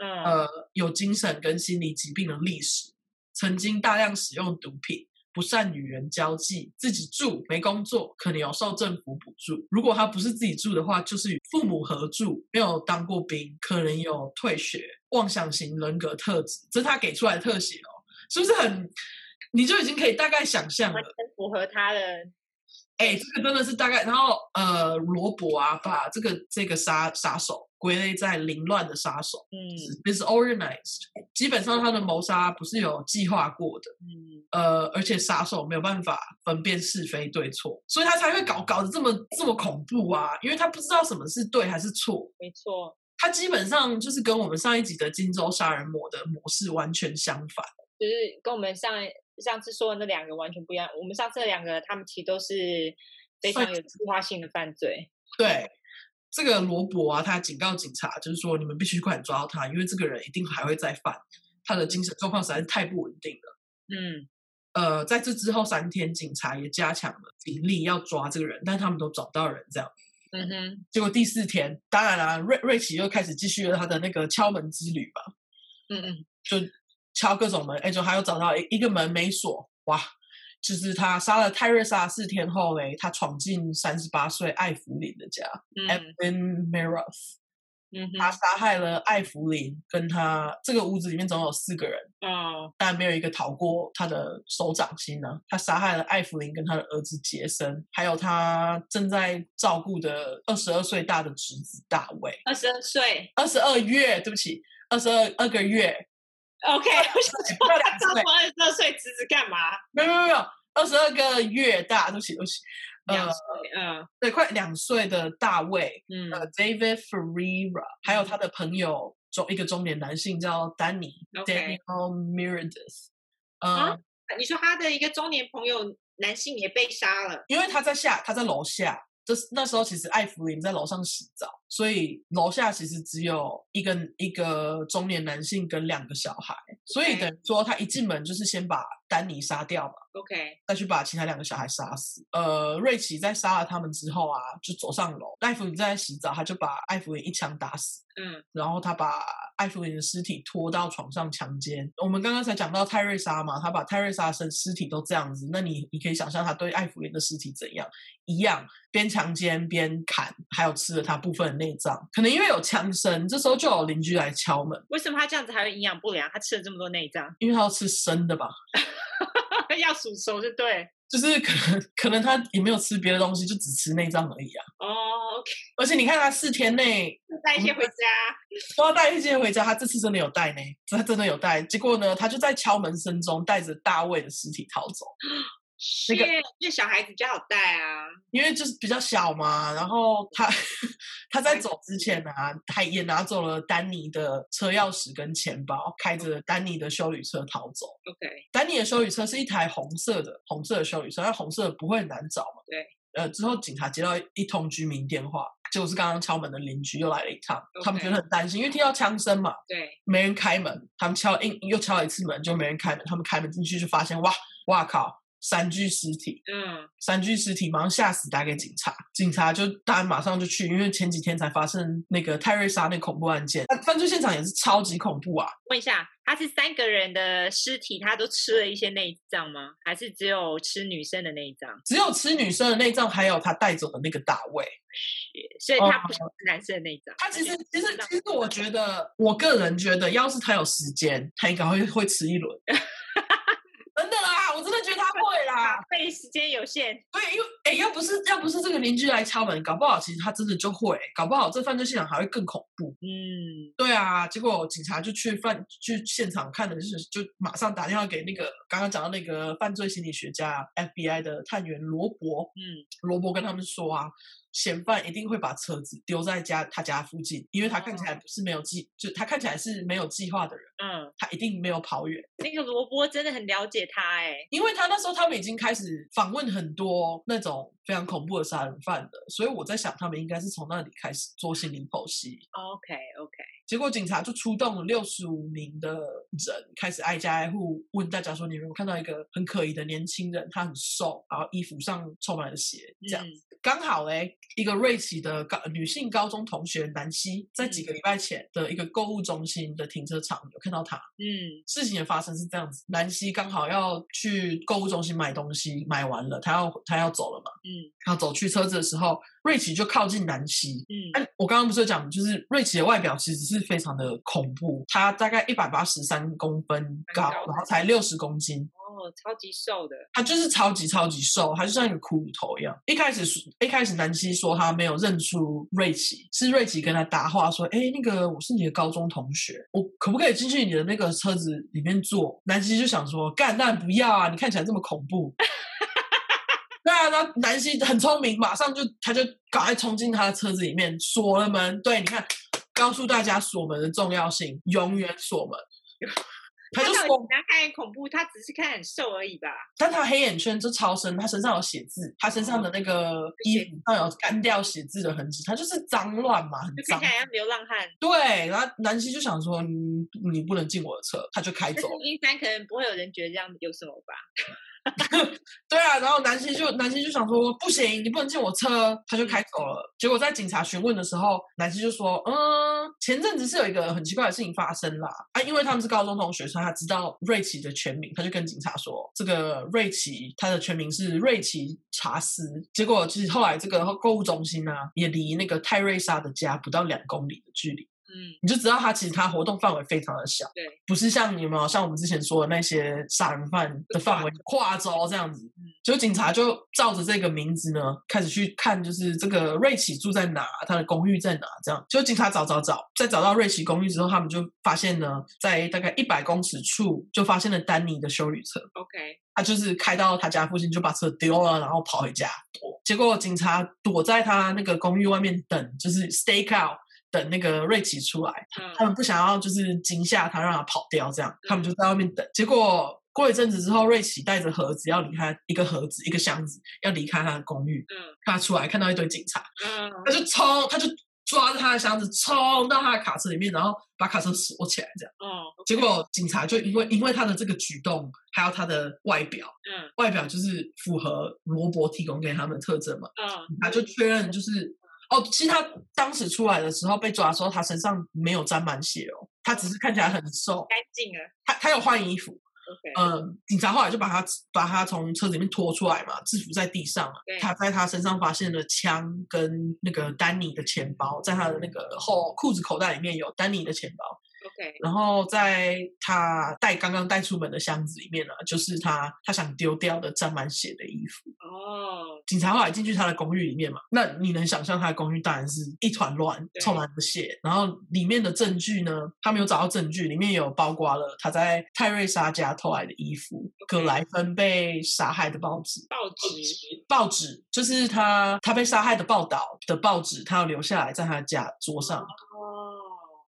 嗯
呃，有精神跟心理疾病的历史，曾经大量使用毒品，不善与人交际，自己住没工作，可能有受政府补助。如果他不是自己住的话，就是与父母合住，没有当过兵，可能有退学、妄想型人格特质，这是他给出来的特写哦，是不是很？你就已经可以大概想象了
完。全符合他的
哎、这个真的是大概，然后呃，罗伯啊，把这个这个杀杀手归类在凌乱的杀手
嗯
，disorganized。基本上他的谋杀不是有计划过的，
嗯
呃，而且杀手没有办法分辨是非对错，所以他才会搞搞得这么这么恐怖啊，因为他不知道什么是对还是错。
没错
他基本上就是跟我们上一集的荆州杀人魔的模式完全相反。
就是跟我们上上次说的那两个完全不一样。我们上次的两个他们其实都是非常
算
有计划性的犯罪，
对，这个罗伯啊，他警告警察，就是说你们必须快点抓到他，因为这个人一定还会再犯，他的精神状况实在是太不稳定了。
嗯
呃，在这之后三天，警察也加强了警力要抓这个人，但他们都找不到人，这样。
嗯哼
结果第四天，当然啦、瑞瑞奇又开始继续了他的那个敲门之旅吧，
嗯嗯
就敲各种门，哎，就还有找到一一个门没锁，哇！就是他杀了泰瑞莎四天后嘞，他闯进三十八岁艾弗林的家、e v
嗯
a n Meroff，
嗯
他
哼，
杀害了艾芙琳，跟他这个屋子里面总有四个人，
哦
但没有一个逃过他的手掌心呢、他杀害了艾芙琳跟他的儿子杰森，还有他正在照顾的二十二岁大的侄子大卫，
二十二岁
二十二月，对不起，二十二二个月，
，OK，我想
不
说
到
他
两
照
岁
顾二十二岁侄子干嘛？
没有没有没有，二十二个月大，对不起对不起，
两
呃，
岁，嗯
对，快两岁的大卫，呃
嗯
，David Ferreira，还有他的朋友中一个中年男性叫丹尼
OK
Daniel Meredith，呃、
啊你说他的一个中年朋友男性也被杀了，
因为他在下，他在楼下，就是那时候其实艾芙琳在楼上洗澡，所以楼下其实只有一个一个中年男性跟两个小孩，所以
OK
等于说他一进门就是先把丹尼杀掉嘛。
OK，
再去把其他两个小孩杀死。呃，瑞奇在杀了他们之后啊，就走上楼。艾芙琳在洗澡，他就把艾芙琳一枪打死。
嗯
然后他把艾芙琳的尸体拖到床上强奸。我们刚刚才讲到泰瑞莎嘛，他把泰瑞莎身尸体都这样子，那你你可以想象他对艾芙琳的尸体怎样？一样，边强奸边砍，还有吃了他部分的内脏。可能因为有枪声，这时候就有邻居来敲门，
为什么他这样子还会营养不良？他吃了这么多内脏， (laughs)
因为他要吃生的吧。
要煮熟就对。
就是可能可能他也没有吃别的东西，就只吃内脏而已啊。
哦，OK，
而且你看他四天内
带一些回家。
说要带一些回家，他这次真的有带呢，他真的有带。结果呢，他就在敲门声中带着大卫的尸体逃走，(laughs)
因
那个
为因为小孩子比较好带啊。
因为就是比较小嘛。然后他 (laughs) 他在走之前呢、啊，还也拿走了丹尼的车钥匙跟钱包，开着丹尼的修理车逃走。
OK，
丹尼的修理车是一台红色的，红色的修理车，那红色的不会很难找嘛。
对。
呃，之后警察接到一通居民电话，结果是刚刚敲门的邻居又来了一趟他们觉得很担心，因为听到枪声嘛，
对，
没人开门，他们敲硬又敲了一次门，就没人开门，他们开门进去就发现哇哇靠，三具尸体，
嗯
三具尸体，马上吓死，打给警察，警察就当然马上就去，因为前几天才发生那个泰瑞莎那恐怖案件，那犯罪现场也是超级恐怖啊，
问一下，他是三个人的尸体，他都吃了一些内脏吗？还是只有吃女生的内脏？
只有吃女生的内脏，还有他带走的那个大卫。
所以
哦
他不是吃男生的内脏。
他其实
而且
其实
知道
其实我觉得，我个人觉得，要是他有时间，他应该会会吃一轮。 (laughs) 真的啦，我真的觉得他会啦。
费时间有限，
对，因为哎，要不是要不是这个邻居来敲门，搞不好其实他真的就会，搞不好这犯罪现场还会更恐怖。
嗯，
对啊，结果警察就去犯去现场看的是，就马上打电话给那个刚刚讲到那个犯罪心理学家 FBI 的探员罗伯，
嗯，
罗伯跟他们说啊，嫌犯一定会把车子丢在家他家附近，因为他看起来不是没有计，就他看起来是没有计划的人，
嗯，
他一定没有跑远，
那个萝卜真的很了解他哎、
因为他那时候他们已经开始访问很多那种非常恐怖的杀人犯的，所以我在想他们应该是从那里开始做心理剖析。
OK OK，
结果警察就出动了六十五名的人，开始挨家挨户问大家说：“你有没有看到一个很可疑的年轻人？他很瘦，然后衣服上充满了血。”这样、
嗯
刚好嘞，一个瑞奇的高女性高中同学南希，在几个礼拜前的一个购物中心的停车场有看到她。
嗯
事情的发生是这样子：南希刚好要去购物中心买东西，买完了，她要她要走了嘛。
嗯
她走去车子的时候，瑞奇就靠近南希，
嗯
哎，我刚刚不是有讲，就是瑞奇的外表其实是非常的恐怖，他大概一百八十三公分
蛮
高，
高的
然后才六十公斤，
哦，超级瘦的，
他就是超级超级瘦，他就像一个骷髅头一样。一开始是一开始南希说他没有认出瑞奇，是瑞奇跟他搭话说：“哎，那个我是你的高中同学，我可不可以进去你的那个车子里面坐？”南希就想说：“干，那不要啊，你看起来这么恐怖。” (laughs) 对啊，那南希很聪明，马上就他就赶快冲进他的车子里面，锁了门。对，你看，告诉大家锁门的重要性，永远锁门。他就
到底
锁
怎样看恐怖？他只是看很瘦而已吧？
但他黑眼圈就超深，他身上有血渍，他身上的那个衣服上有干掉血渍的痕迹，他就是脏乱嘛，很
就
脏
看起。来像流浪汉。
对，然后南希就想说，嗯你不能进我的车，他就开
但
走
(laughs) 是
了。
冰山可能不会有人觉得这样有什么吧？
对啊，然后南希就南希就想说，不行，你不能进我车，他就开走了。结果在警察询问的时候，南希就说，嗯，前阵子是有一个很奇怪的事情发生啦，啊，因为他们是高中同学，所以他知道瑞奇的全名，他就跟警察说，这个瑞奇他的全名是瑞奇查斯。结果就是后来这个购物中心啊，也离那个泰瑞莎的家不到两公里的距离。
嗯，
你就知道他其实他活动范围非常的小，
对，
不是像你们好像我们之前说的那些杀人犯的范围跨州这样子，就警察就照着这个名字呢开始去看，就是这个瑞奇住在哪，他的公寓在哪，这样，就警察找找找，在找到瑞奇公寓之后，他们就发现呢，在大概一百公尺处就发现了丹尼的修理车，
OK，
他就是开到他家附近就把车丢了，然后跑回家。结果警察躲在他那个公寓外面等，就是 stake out 等那个瑞奇出来。他
嗯，
们不想要就是惊吓他，让他跑掉，这样他们就在外面等。结果过一阵子之后，瑞奇带着盒子要离开，一个盒子一个箱子要离开他的公寓。
嗯，
他出来看到一堆警察，
嗯，
他就冲，他就抓着他的箱子冲到他的卡车里面，然后把卡车锁起来，这样。
哦，
结果警察就因为因为他的这个举动，还有他的外表，
嗯，
外表就是符合罗伯提供给他们的特征嘛，
嗯，
他就确认就是哦，其实他当时出来的时候被抓的时候，他身上没有沾满血哦，他只是看起来很瘦，
干净了
他他有换衣服。
，OK，
嗯，警察后来就把他把他从车子里面拖出来嘛，制服在地上嘛
对。
他在他身上发现了枪跟那个丹尼的钱包，在他的那个后裤子口袋里面有丹尼的钱包。
OK，
然后在他带刚刚带出门的箱子里面呢、就是他他想丢掉的沾满血的衣服。
哦，
警察后来进去他的公寓里面嘛，那你能想象他的公寓当然是一团乱，
对
充满了血。然后里面的证据呢，他们有找到证据，里面有包括了他在泰瑞莎家偷来的衣服、葛莱芬被杀害的报纸。
报纸，
报纸就是他，他被杀害的报道的报纸，他要留下来在他的家桌上。
哦，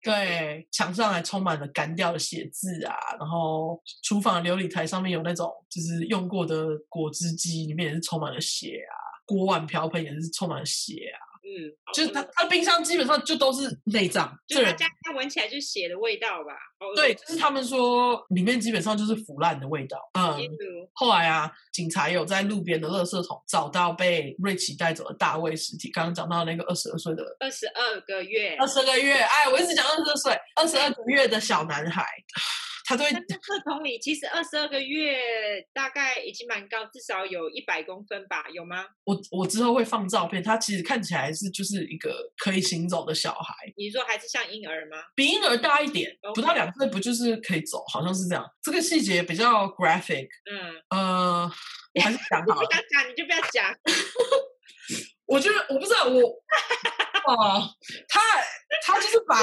对，墙上还充满了干掉的血渍啊，然后厨房的琉璃台上面有那种就是用过的果汁机，里面也是充满了血啊，锅碗瓢盆也是充满了血啊，
嗯，好
就是他
恶
他冰箱基本上就都是内脏，
就
这
大
人
家闻起来就是血的味道吧？好恶
对，就是他们说里面基本上就是腐烂的味道，嗯。
耶鲁
后来啊，警察有在路边的垃圾桶找到被瑞奇带走的大卫尸体。刚刚讲到那个二十二岁的
二十二个月，
二十个月，哎，我一直讲二十二岁，二十二个月的小男孩， (sighs) 他对
但是课童里其实二十二个月大概已经蛮高，至少有一百公分吧？有吗？
我我之后会放照片，他其实看起来是就是一个可以行走的小孩，
你说还是像婴儿吗？
比婴儿大一点，不到
OK
两岁不就是可以走？好像是这样。这个细节比较 graphic，
嗯，
呃，我还是讲
你
好
不
了。
想讲你就不要讲。
我觉得我不知道我哦，他他就是把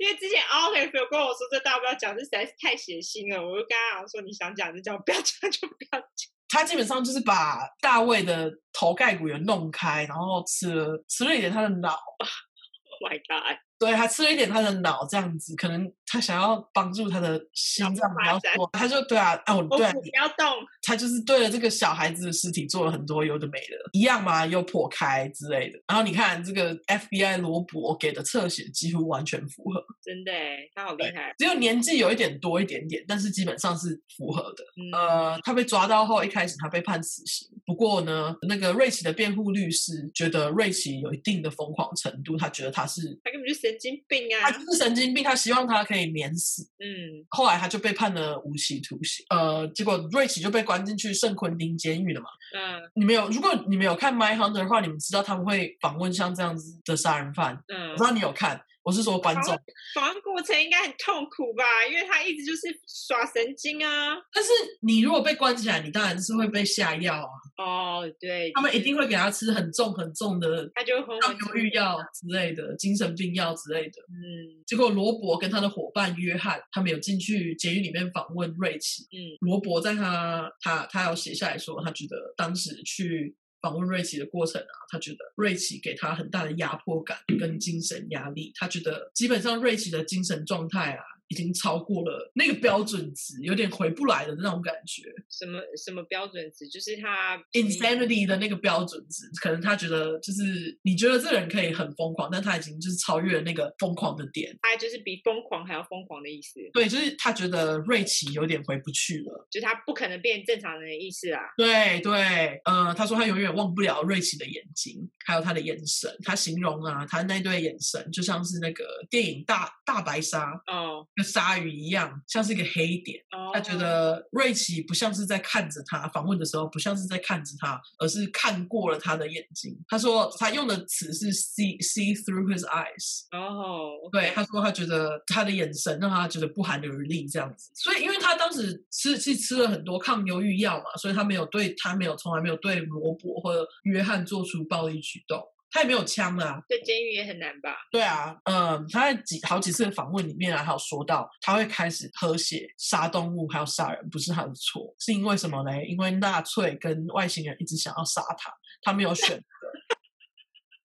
因为之前 Oliver 有跟我说这大不要讲，这实在是太血腥了。我就跟他讲说你想讲就讲，不要讲 (laughs) 就不要讲。Oh
他基本上就是把大卫的头盖骨也弄开，然后吃了吃了一点他的脑。
Oh my god！
对，还吃了一点他的脑这样子，可能他想要帮助他的心脏不
发
要
展哦
说，他就对啊，啊，我
我
对啊、
不要动，
他就是对了这个小孩子的尸体做了很多有的没的，一样嘛，又破开之类的。然后你看这个 FBI 罗伯给的侧写几乎完全符合，
真的欸，他好厉
对
害。
只有年纪有一点多一点点，但是基本上是符合的。
嗯，
呃，他被抓到后，一开始他被判死刑。不过呢，那个瑞奇的辩护律师觉得瑞奇有一定的疯狂程度，他觉得他是
他根本就神经病啊
他。就是神经病，他希望他可以免死。
嗯，
后来他就被判了无期徒刑。呃，结果瑞奇就被关进去圣昆丁监狱了嘛。
嗯
你们有，如果你们有看《My Hunter》的话，你们知道他们会访问像这样子的杀人犯。我
嗯
不知，道你有看，我是说观众。
访问过程应该很痛苦吧？因为他一直就是耍神经啊。
但是你如果被关起来，你当然是会被下药啊。
哦，对，
他们
就
一
是
定会给他吃很重很重的
他就会昏
像
昏
忧
沉
郁
沉
药之类的、精神病药之类的。
嗯
结果罗伯跟他的伙伴约翰，他们有进去监狱里面访问瑞奇。
嗯
罗伯在他他他有写下来说，他觉得当时去访问瑞奇的过程啊，他觉得瑞奇给他很大的压迫感跟精神压力。他觉得基本上瑞奇的精神状态啊，已经超过了那个标准值，有点回不来的那种感觉。
什么什么标准值，就是他平
insanity 的那个标准值，可能他觉得就是你觉得这个人可以很疯狂，但他已经就是超越了那个疯狂的点。
他就是比疯狂还要疯狂的意思，
对，就是他觉得瑞奇有点回不去了。
就是他不可能变正常人的意思啊。
对对，呃，他说他永远忘不了瑞奇的眼睛，还有他的眼神。他形容啊，他那对眼神就像是那个电影大《大白鲨》
哦
跟鲨鱼一样，像是一个黑点。
哦，
他觉得瑞奇不像是在看着他访问的时候，不像是在看着他，而是看过了他的眼睛。他说他用的词是 see see through his eyes。
哦，OK，
对，他说他觉得他的眼神让他觉得不寒而栗这样子。所以，因为他当时吃是吃了很多抗忧郁药嘛，所以他没有对他没有从来没有对罗伯或者约翰做出暴力举动。他也没有枪啊，
在监狱也很难吧？
对啊，嗯，他在几好几次的访问里面啊，还有说到他会开始喝血、杀动物，还有杀人，不是他的错，是因为什么嘞？因为纳粹跟外星人一直想要杀他，他没有 (laughs) 选择。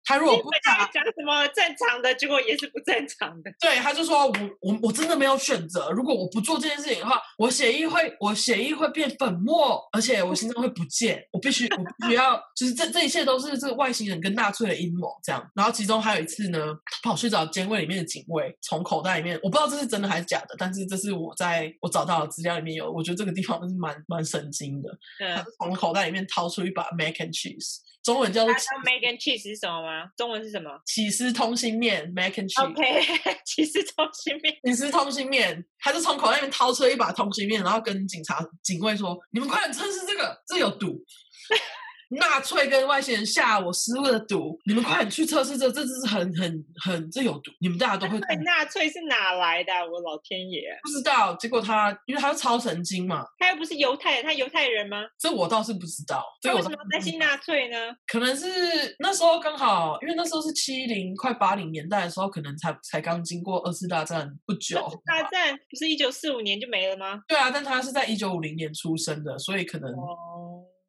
他如果不
他
杀，
(laughs) 会讲什么正常的，结果也是不正常的。
对，他就说我我我真的没有选择。如果我不做这件事情的话，我血液会我血液会变粉末，而且我心脏会不见。我必须我必须要，就是这这一切都是这个外星人跟纳粹的阴谋这样。然后其中还有一次呢，他跑去找监卫里面的警卫，从口袋里面我不知道这是真的还是假的，但是这是我在我找到的资料里面有，我觉得这个地方是蛮蛮神经的。他
嗯
就，从口袋里面掏出一把 mac and cheese，中文叫做
大家知道 mac and cheese 是什么吗？中文是什么
起司通心面 mac and cheese。
？OK，其 (laughs) 实中心面
你是通心面，他就从口袋里面掏出一把通心面，然后跟警察警卫说：“你们快点测试这个，这有毒。
(laughs)
纳粹跟外星人下我食物的毒，你们快点去测试这，这这是很很很这有毒，你们大家都会
对
不
纳粹是哪来的啊、我老天爷，
知道。”结果他因为他是超神经嘛，
他又不是犹太人，他犹太人吗？
这我倒是不知道，这
他
个
为
我倒是
什么要
不
担
知
心
道
纳粹呢？
可能是那时候刚好，因为那时候是七零快八零年代的时候，可能才才刚经过二次大战不久，
二次大战不是一九四五年就没了吗？
对啊，但他是在一九五零年出生的，所以可能
哦，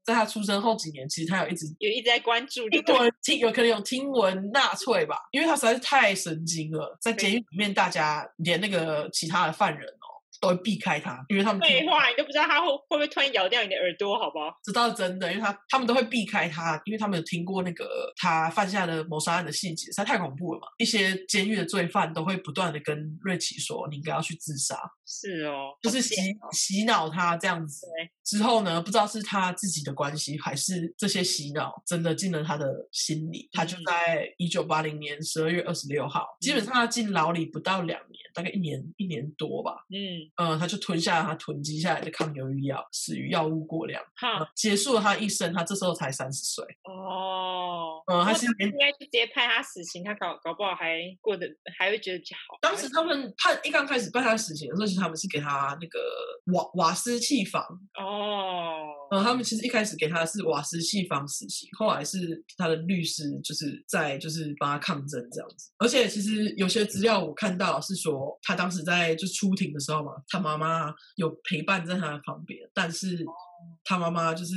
在他出生后几年，其实他有一直
有一直在关注就
听
对了，
闻听，有可能有听闻纳粹吧，因为他实在是太神经了，在监狱里面，大家连那个其他的犯人哦都会避开他，因为他们听
废话，你都不知道他会会不会突然咬掉你的耳朵，好不好？
知道真的，因为他他们都会避开他，因为他们有听过那个他犯下的谋杀案的细节，实在太恐怖了嘛。一些监狱的罪犯都会不断的跟瑞奇说，你应该要去自杀，
是哦，
就是
好
洗
贱哦
洗脑他这样子
对。
之后呢，不知道是他自己的关系，还是这些洗脑真的进了他的心里。他就
嗯
在一九八零年十二月二十六号，基本
嗯
上他进牢里不到两年，大概一年一年多吧。
嗯，
嗯，他就吞下了他囤积下来的抗忧郁药，死于药物过量，
哈
呃结束了他一生。他这时候才三十岁。
哦，
嗯，他
那
其实连
应该就直接判他死刑，他搞搞不好还过得还会觉得比较好。
当时他们判一刚开始判他死刑的时候，其实他们是给他那个瓦瓦斯气房，
哦，
呃，他们其实一开始给他是瓦斯系方实习，后来是他的律师就是在就是帮他抗争这样子。而且其实有些资料我看到是说，他当时在就出庭的时候嘛，他妈妈有陪伴在他的旁边，但是他妈妈就是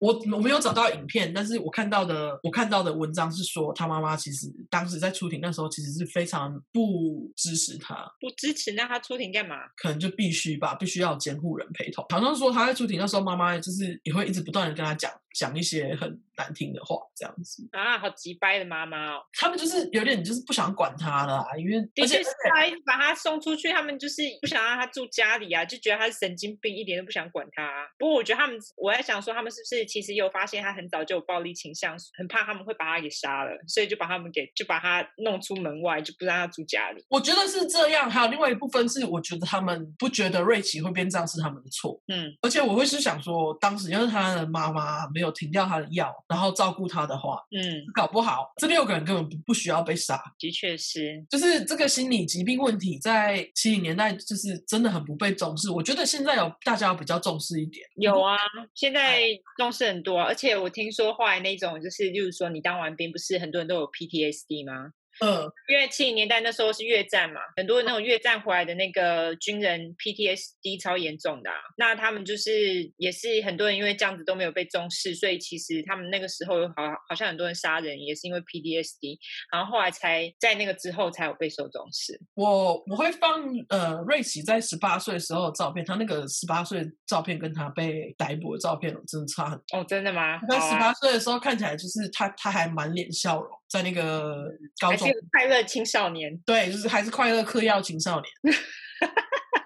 我我没有找到影片，但是我看到的我看到的文章是说，他妈妈其实当时在出庭那时候其实是非常不支持他，
不支持，那他出庭干嘛？
可能就必须吧，必须要有监护人陪同。好像说他在出庭那时候，妈妈就是也会一直不断的跟他讲讲一些很难听的话，这样子。
啊，好急掰的妈妈哦！
他们就是有点就是不想管他了啊，因为
的
而且
确是他一直把他送出去，他们就是不想让他住家里啊，就觉得他是神经病，一点都不想管他啊、不过我觉得他们，我在想说，他们是不是其实有发现他很早就有暴力倾向，很怕他们会把他给杀了，所以就把他们给就把他弄出门外，就不让他住家里。
我觉得是这样，还有另外一部分是，我觉得他们不觉得瑞奇会变这样是他们的错，
嗯，
而且我会是想说，当时要是他的妈妈没有停掉他的药，然后照顾他的话，
嗯，
搞不好这六个人根本不不需要被杀。
的确是，
就是这个心理疾病问题，在七零年代就是真的很不被重视。我觉得现在有大家有比较重视一点，
有啊，现
哎
在重视很多啊、而且我听说后来那种就是，例如说你当完兵，不是很多人都有 PTSD 吗？
嗯，
因为七零年代那时候是越战嘛，很多那种越战回来的那个军人 PTSD 超严重的、啊，那他们就是也是很多人因为这样子都没有被重视，所以其实他们那个时候有好好像很多人杀人也是因为 PTSD，然后后来才在那个之后才有备受重视。
我我会放呃瑞奇在十八岁的时候的照片，他那个十八岁的照片跟他被逮捕的照片真的差很多。
哦，真的吗？
在
好
十
啊
八岁的时候看起来就是他他还满脸笑容，在那个高
还是
中
一个快乐青少年，
对，就是还是快乐嗑药青少年。
(laughs)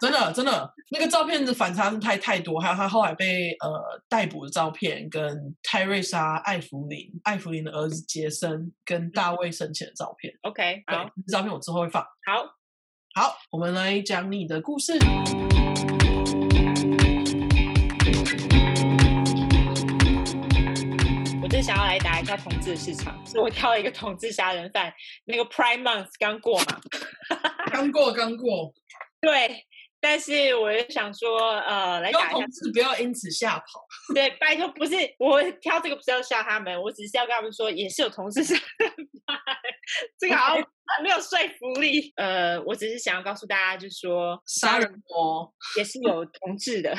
真的，真的，那个照片的反差是太太多，还有他后来被呃逮捕的照片，跟泰瑞莎·艾弗林、艾弗林的儿子杰森跟大卫生前的照片，
OK，
对
嗯好，，
这照片我之后会放。
好，
好，我们来讲你的故事。
啊我就想要来打一下同志市场， (laughs) 所以我挑了一个同志杀人犯，那个 Prime Month 刚过嘛，
刚过，刚过，
对，但是我就想说，呃，来
不
打
要
一下
同。志不要因此吓跑。
对，拜托，不是我挑这个不是要吓他们，我只是要跟他们说，也是有同事杀人犯，这个好像没有说服力。呃，我只是想要告诉大家，就是说
杀人魔，
也是有同志的。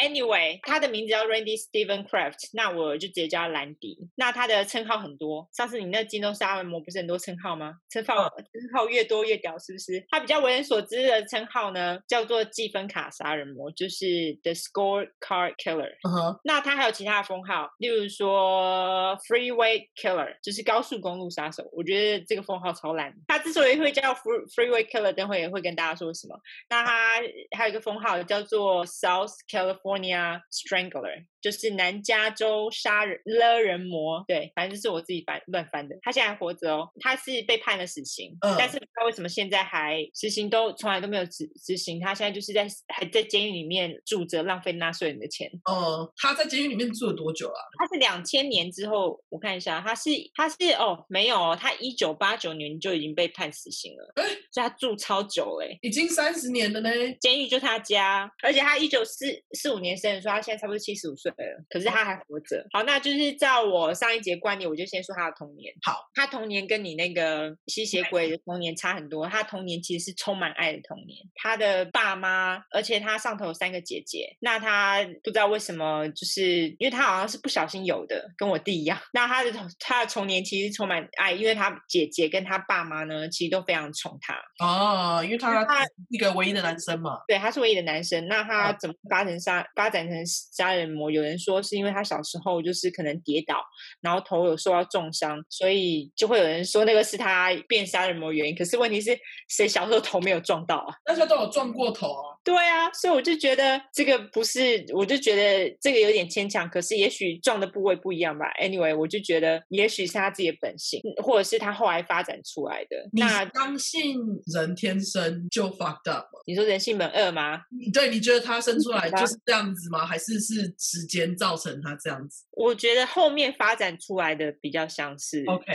Anyway，他的名字叫 Randy Steven Craft，那我就直接叫他兰迪。那他的称号很多，上次你那金东杀人魔不是很多称号吗？称号称号越多越屌，是不是？他比较为人所知的称号呢，叫做计分卡杀人魔，就是 The Scorecard Killer。
嗯哼，
那他还有其他的封号，例如说 Freeway Killer，就是高速公路杀手。我觉得这个封号超烂。他之所以会叫 Free- Freeway Killer，等会也会跟大家说为什么。那他还有一个封号叫做 South California Strangler，就是南加州杀人勒人魔。对，反正就是我自己翻乱翻的。他现在还活着哦，他是被判了死刑，
嗯
但是不知道为什么现在还执行都从来都没有执执行。他现在就是在还在监狱里面住着，浪费纳税人的钱。
呃，他在监狱里面住了多久啊？
他是两千年之后，我看一下，他是他是哦，没有哦，他一九八九年就已经被判死刑了，
哎
所以他住超久欸嘞、
已经三十年了呢。
监狱就他家，而且他一九四四五年生的，所以他现在差不多七十五岁了，可是他还活着。好，那就是照我上一节观念，我就先说他的童年。
好，
他童年跟你那个吸血鬼的童年差很多，他童年其实是充满爱的童年。他的爸妈，而且他上头有三个姐姐，那他不知道为什么，就是因为他好像是不小心有的，跟我弟一样。那他的童他的童年其实充满爱，因为他姐姐跟他爸妈呢，其实都非常宠他。
哦，因为他
他
是一个唯一的男生嘛。
对，他是唯一的男生。那他
哦
怎么发展杀发展成杀人魔？有人说是因为他小时候就是可能跌倒，然后头有受到重伤，所以就会有人说那个是他变杀人魔原因。可是问题是谁小时候头没有撞到啊？
大家都有撞过头啊。
对啊，所以我就觉得这个不是，我就觉得这个有点牵强。可是也许撞的部位不一样吧。Anyway，我就觉得也许是他自己的本性，或者是他后来发展出来的。
你
那
相信人天生就 fucked up 吗？
你说人性本恶吗？
你对，你觉得他生出来
吧
就是这样子吗？还是是时间造成他这样子
我觉得后面发展出来的比较相似。
哦？OK，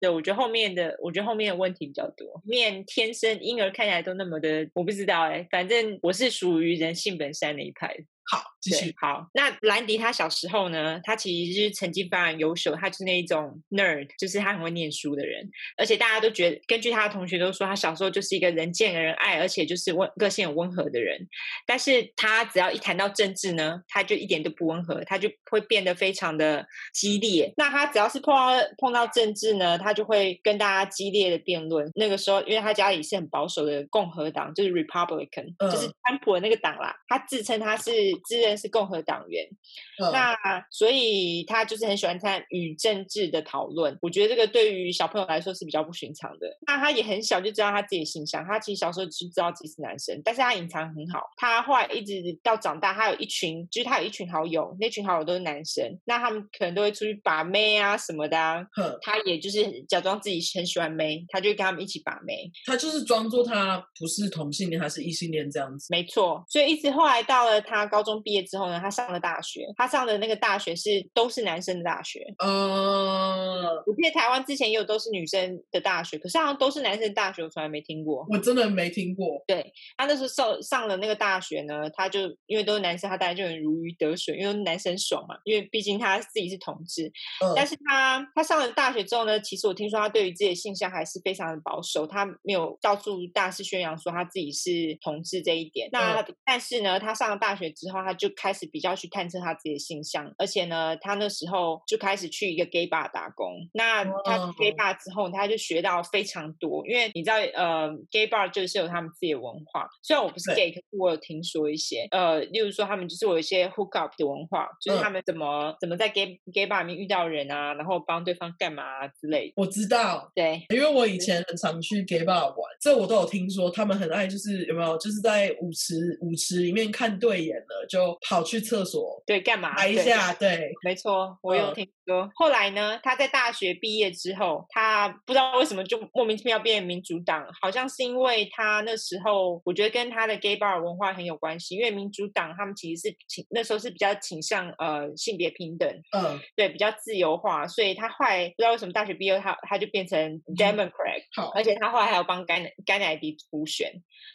对，我觉得后面的，我觉得后面的问题比较多。面天欸生婴儿看起来都那么的，我不知道哎、反正我是属于人性本善那一派的。
好，继
对
续。
好，那兰迪他小时候呢，他其实就是成绩非常优秀，他就是那一种 nerd，就是他很会念书的人，而且大家都觉得，根据他的同学都说，他小时候就是一个人见人爱，而且就是温个性很温和的人。但是他只要一谈到政治呢，他就一点都不温和，他就会变得非常的激烈。那他只要是碰到碰到政治呢，他就会跟大家激烈的辩论。那个时候，因为他家里是很保守的共和党，就是 Republican，、就是
嗯
川普的那个党啦。他自称他是自认是共和党员，
嗯
那所以他就是很喜欢参与政治的讨论，我觉得这个对于小朋友来说是比较不寻常的。那他也很小就知道他自己的性向，他其实小时候只知道自己是男生，但是他隐藏很好。他后来一直到长大，他有一群，就是他有一群好友，那群好友都是男生，那他们可能都会出去把妹啊什么的啊。
嗯，
他也就是假装自己很喜欢妹，他就跟他们一起把妹。
他就是装作他不是同性恋，他是异性恋这样子。
没错，所以一直后来到了他高中毕业之后呢，他上了大学，他上的那个大学是都是男生的大学。
呃，
我记得台湾之前也有都是女生的大学，可是好像都是男生的大学，我从来没听过。
我真的没听过。
他那时候上上了那个大学呢，他就因为都是男生，他当然就很如鱼得水，因为男生爽嘛，因为毕竟他自己是同志。
嗯
但是他他上了大学之后呢，其实我听说他对于自己的性向还是非常的保守，他没有到处大肆宣扬说他自己是同志这一点。那、但是呢，他上了大学之后，他就开始比较去探测他自己的性向，而且呢，他那时候就开始去一个 gay bar 打工。那他去 gay
哦
bar 之后，他就学到非常多，因为你知道，呃，gay bar 就是有他们自己的文化。虽然我不是 gay，可是我有听说一些，呃，例如说他们就是有一些 hook up 的文化，就是
嗯
他们怎么、怎么在 gay gay bar 里面遇到人啊，然后帮对方干嘛、啊、之类的。
我知道，
对，
因为我以前很常去 gay bar 玩，这我都有听说，他们很爱就是有没有就是在舞池舞池里面看对眼了，就跑去厕所
对，干嘛？
拍一
啊对
下，对，
没错，我有
嗯
听说。后来呢，他在大学毕业之后，他不知道为什么就莫名其妙变成民主党，好像是因为他那时候，我觉得跟他的 gay bar 文化很有关系。因为民主党他们其实是倾那时候是比较倾向呃性别平等，
嗯，
对，比较自由化，所以他后来不知道为什么大学毕业他他就变成
嗯
Democrat，、
好，哦
而且他后来还有帮甘乃甘乃迪补选。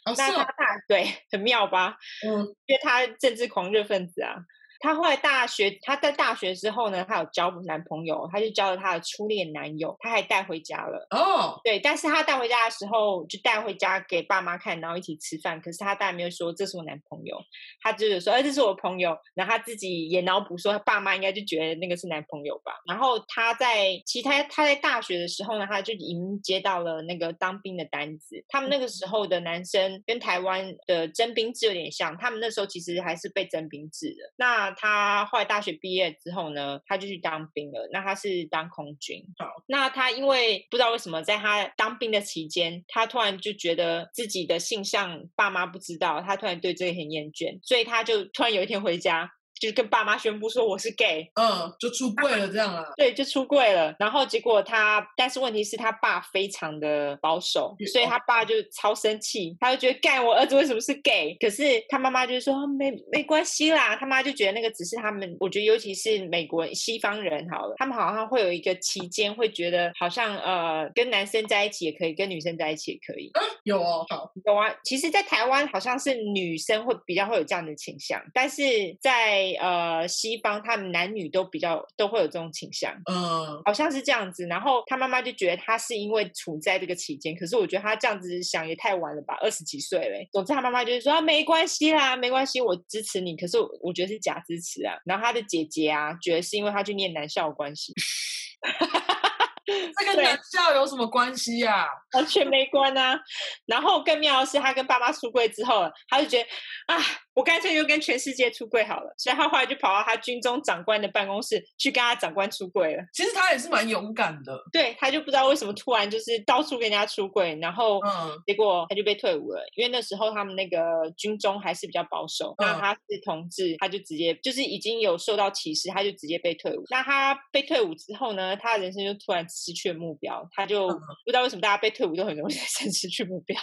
哦是
那他
哦，
大对很妙吧？
嗯，
因为他政治狂热分子啊。他后来大学，他在大学之后呢，他有交男朋友，他就交了他的初恋男友，他还带回家了。
哦，
对，但是他带回家的时候，就带回家给爸妈看，然后一起吃饭。可是他当然没有说这是我男朋友，他只有说，哎，这是我朋友。然后他自己也脑补说，他爸妈应该就觉得那个是男朋友吧。然后他在其实他他在大学的时候呢，他就已经接到了那个当兵的单子。他们那个时候的男生跟台湾的征兵制有点像，他们那时候其实还是被征兵制的。那他后来大学毕业之后呢，他就去当兵了。那他是当空军，那他因为不知道为什么，在他当兵的期间，他突然就觉得自己的性向爸妈不知道，他突然对这个很厌倦，所以他就突然有一天回家，就跟爸妈宣布说我是 gay，
嗯，就出柜了这样啊啦，
对，就出柜了。然后结果他，但是问题是他爸非常的保守
嗯，
所以
哦
他爸就超生气，他就觉得干我儿子为什么是 gay？可是他妈妈就说啊没没关系啦，他妈就觉得那个只是他们，我觉得尤其是美国西方人好了，他们好像会有一个期间会觉得好像呃跟男生在一起也可以，跟女生在一起也可以，
有哦，好，
有啊，其实，在台湾好像是女生会比较会有这样的倾向，但是在呃西方，他们男女都比较都会有这种倾向。
嗯，
好像是这样子。然后他妈妈就觉得他是因为处在这个期间，可是我觉得他这样子想也太晚了吧，二十几岁嘞。总之他妈妈就是说、啊、没关系啦，没关系，我支持你。可是我我觉得是假支持啊。然后他的姐姐啊，觉得是因为他去念男校的关系，
这跟
对
男校有什么关系呀？
完全没关啊。然后更妙的是，他跟爸妈出柜之后，他就觉得啊，我干脆就跟全世界出柜好了。所以他后来就跑到他军中长官的办公室去跟他长官出柜了。
其实他也是蛮勇敢的，
对他就不知道为什么突然就是到处跟人家出柜，然后
嗯，
结果他就被退伍了，因为那时候他们那个军中还是比较保守，那
嗯
他是同志，他就直接就是已经有受到歧视，他就直接被退伍。那他被退伍之后呢，他的人生就突然失去了目标，他就
嗯
不知道为什么大家被退伍都很容易 (laughs) 失去目标。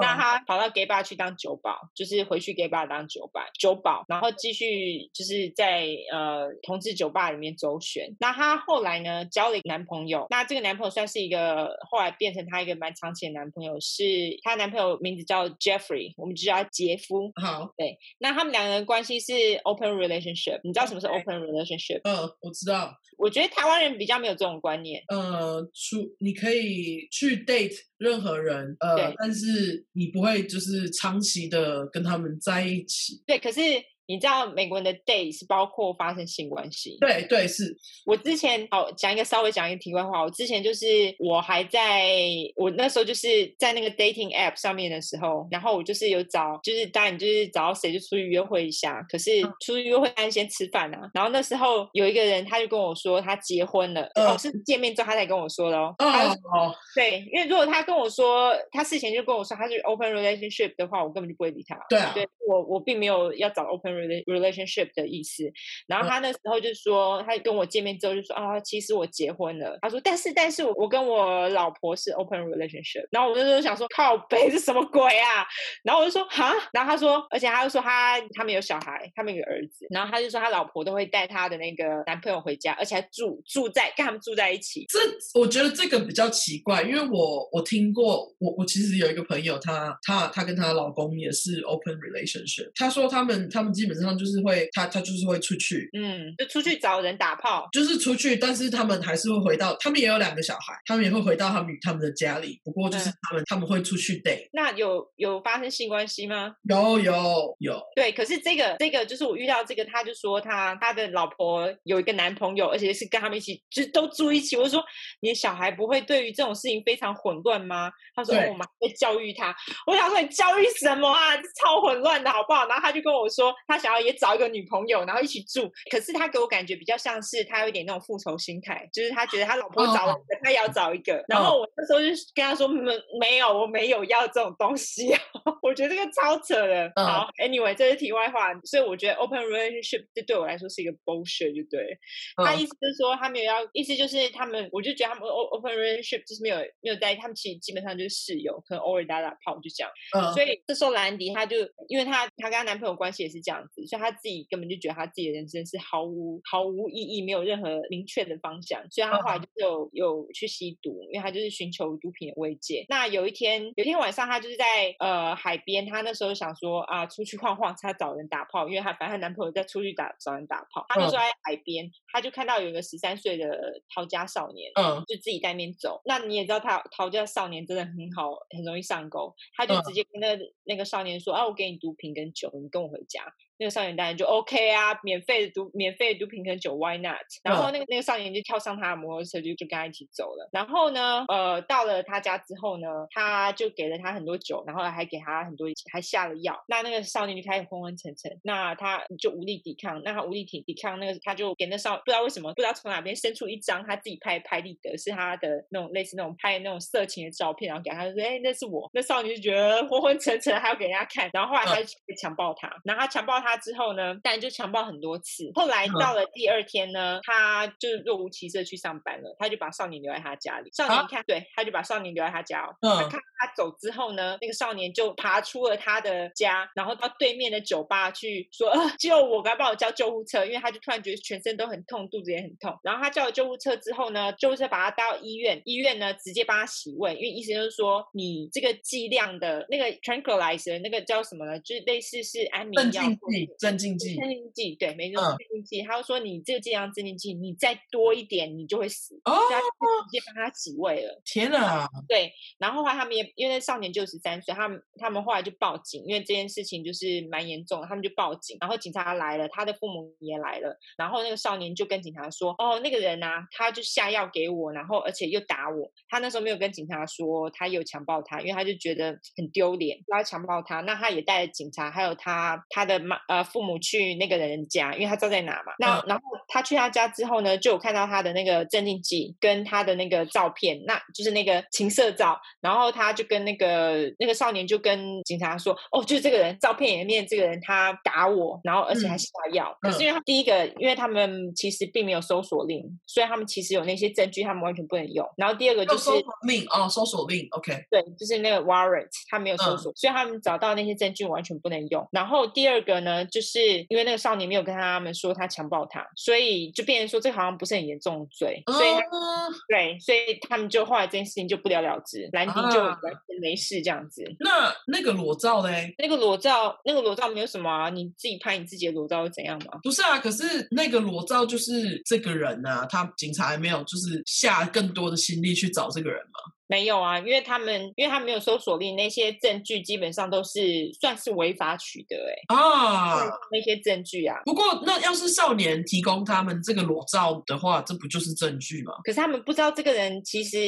那
嗯
他跑到 gay bar 去当酒保，就是回去 gay bar 当当酒吧酒保，然后继续就是在呃同志酒吧里面周旋。那她后来呢交了一个男朋友，那这个男朋友算是一个后来变成她一个蛮长期的男朋友，是她男朋友名字叫 Jeffrey，我们就叫他杰夫。
好，
那他们两个人关系是 open relationship，你知道什么是
OK
open relationship？
嗯，我知道，
我觉得台湾人比较没有这种观念。
呃，出你可以去 date 任何人，呃
对，
但是你不会就是长期的跟他们在一起。
对，可是你知道美国人的 day 是包括发生性关系。
对对是，
我之前好讲一个稍微讲一个题外话，我之前就是我还在我那时候就是在那个 dating app 上面的时候，然后我就是有找，就是当然就是找到谁就出去约会一下，可是
嗯
出去约会当然先吃饭啊。然后那时候有一个人他就跟我说他结婚了，哦
嗯
是见面之后他才跟我说的哦，他就
哦哦，
对，因为如果他跟我说他事前就跟我说他是 open relationship 的话，我根本就不会理他。
对啊，
对我我并没有要找 open rela- relationship 的意思。然
嗯
后他那时候就说，他跟我见面之后就说啊，其实我结婚了。他说，但是但是我我跟我老婆是 open relationship。然后我那时候想说，靠北是什么鬼啊？然后我就说哈，然后他说，而且他又说他他们有小孩，他们有个儿子。然后他就说他老婆都会带他的那个男朋友回家，而且还住住在跟他们住在一起。
这我觉得这个比较奇怪，因为我我听过，我我其实有一个朋友，她她她跟她老公也是 open relationship，她说他们他们基本上就是会，她她就是会出去。
嗯，就出去找人打炮。
就是出去，但是他们还是会回到，他们也有两个小孩，他们也会回到他们他们的家里。不过就是
嗯
他们、他们会出去 date，
那有有发生性关系吗？
有有有，
对，可是这个这个就是我遇到这个，他就说他他的老婆有一个男朋友，而且是跟他们一起，就是都住一起。我就说你的小孩不会对于这种事情非常混乱吗？他说、哦
对
我们还会教育他。我想说你教育什么啊？这超混乱的好不好？然后他就跟我说，他想要也找一个女朋友，然后一起住。可是他给我感觉比较像是他有一点那种复仇心态，就是他觉得他老婆找了一个，他也要找一个。然后我那时候就是跟他说没没有，我没有要这种东西、啊。我觉得这个超扯的。
嗯
好，anyway，这是题外话，所以我觉得 open relationship 这对我来说是一个 bullshit，就对了。他
嗯
意思就是说，他们有要，意思就是他们，我就觉得他们 o- open relationship 就是没有没有在，他们其实基本上就是室友，可能偶尔打打炮就这样。
嗯
所以这时候兰迪她就，因为她她跟她男朋友关系也是这样子，所以她自己根本就觉得她自己的人生是毫无毫无意义，没有任何明确的方向，所以她后来就有有去吸毒，因为她就是寻求毒品的慰藉。那有一天，有一天晚上，她就是在呃海边，她那时候想说啊出去晃晃，她找人打炮，因为她反正她男朋友在出去打找人打炮，她那时候在海边，她就看到有一个十三岁的逃家少年，
嗯
就自己在那边走。那你也知道他逃家少年真的很好，很容易上钩。他就
嗯
直接跟那个、那个少年说：“啊，我给你毒品跟酒，你跟我回家。”那个少年当然就 OK 啊，免费的毒免费的毒品跟酒，Why not？然后那个那个少年就跳上他的摩托车，就就跟他一起走了。然后呢，呃，到了他家之后呢，他就给了他很多酒，然后还给他很多，还下了药。那那个少年就开始昏昏沉沉，那他就无力抵抗，那他无力抵抵抗，那个他就给那少不知道为什么，不知道从哪边伸出一张他自己拍拍立得，是他的那种类似那种拍那种色情的照片，然后给他就说，哎、那是我。那少女就觉得昏昏沉沉，还要给人家看，然后后来
嗯
他就去强暴他，然后他强暴他之后呢，但就强暴很多次。后来
嗯
到了第二天呢，他就是若无其事地去上班了，他就把少年留在他家里。少
啊
年看，对，他就把少年留在他家哦。他
嗯
看他走之后呢，那个少年就爬出了他的家，然后到对面的酒吧去说：“ (laughs) 啊、救我！赶快帮我叫救护车！”因为他就突然觉得全身都很痛，肚子也很痛。然后他叫了救护车之后呢，救护车把他带到医院，医院呢直接帮他洗胃，因为医生就是说你这个剂量的那个 tranquilizer 那个叫什么呢？就是类似是安眠
镇
药
静
或者
剂，镇静剂，
镇静剂，对，没错，
嗯
镇静剂。他就说你这个剂量镇静剂，你再多一点，你就会死。
哦
所以他就直接帮他洗胃了。
天啊，
对，然后后来他们也因为那少年就十三岁，他们他们后来就报警，因为这件事情就是蛮严重的，他们就报警，然后警察来了，他的父母也来了，然后那个少年就跟警察说，哦，那个人啊，他就下药给我，然后而且又打我，他那时候没有跟警察说他有强暴他，因为他就觉得很丢脸，他强暴他，那他也带着警察还有他他的妈呃父母去那个人家，因为他知道在哪嘛。那、
嗯
然后他去他家之后呢，就有看到他的那个镇定剂跟他的那个照片，那就是那个情色照。然后他就跟那个那个少年就跟警察说：“哦，就是这个人，照片里面这个人他打我，然后而且还
嗯
下药。可是
嗯
因为他第一个，因为他们其实并没有搜索令，所以他们其实有那些证据，他们完全不能用。然后第二个
有
就是
搜索令哦，搜索令，OK，
对，就是那个 warrant，他没有搜
嗯
索，所以他们找到那些证据完全不能用。然后第二个呢，就是因为那个少年没有跟他们说他强暴他，所以就变成说这好像不是很严重的罪，所以他
嗯
对，所以他们就后来这件事情就不了了之，兰迪就完
啊
全没事这样子。
那那个裸照嘞？
那个裸照，那个裸照没有什么啊，你自己拍你自己的裸照是怎样嘛？
不是啊，可是那个裸照就是这个人啊，他警察还没有就是下更多的心力去找这个人嘛。
没有啊，因为他们因为他没有搜索令，那些证据基本上都是算是违法取得、欸，
啊，
那些证据啊，
不过那要是少年提供他们这个裸照的话，这不就是证据吗？
可是他们不知道这个人其实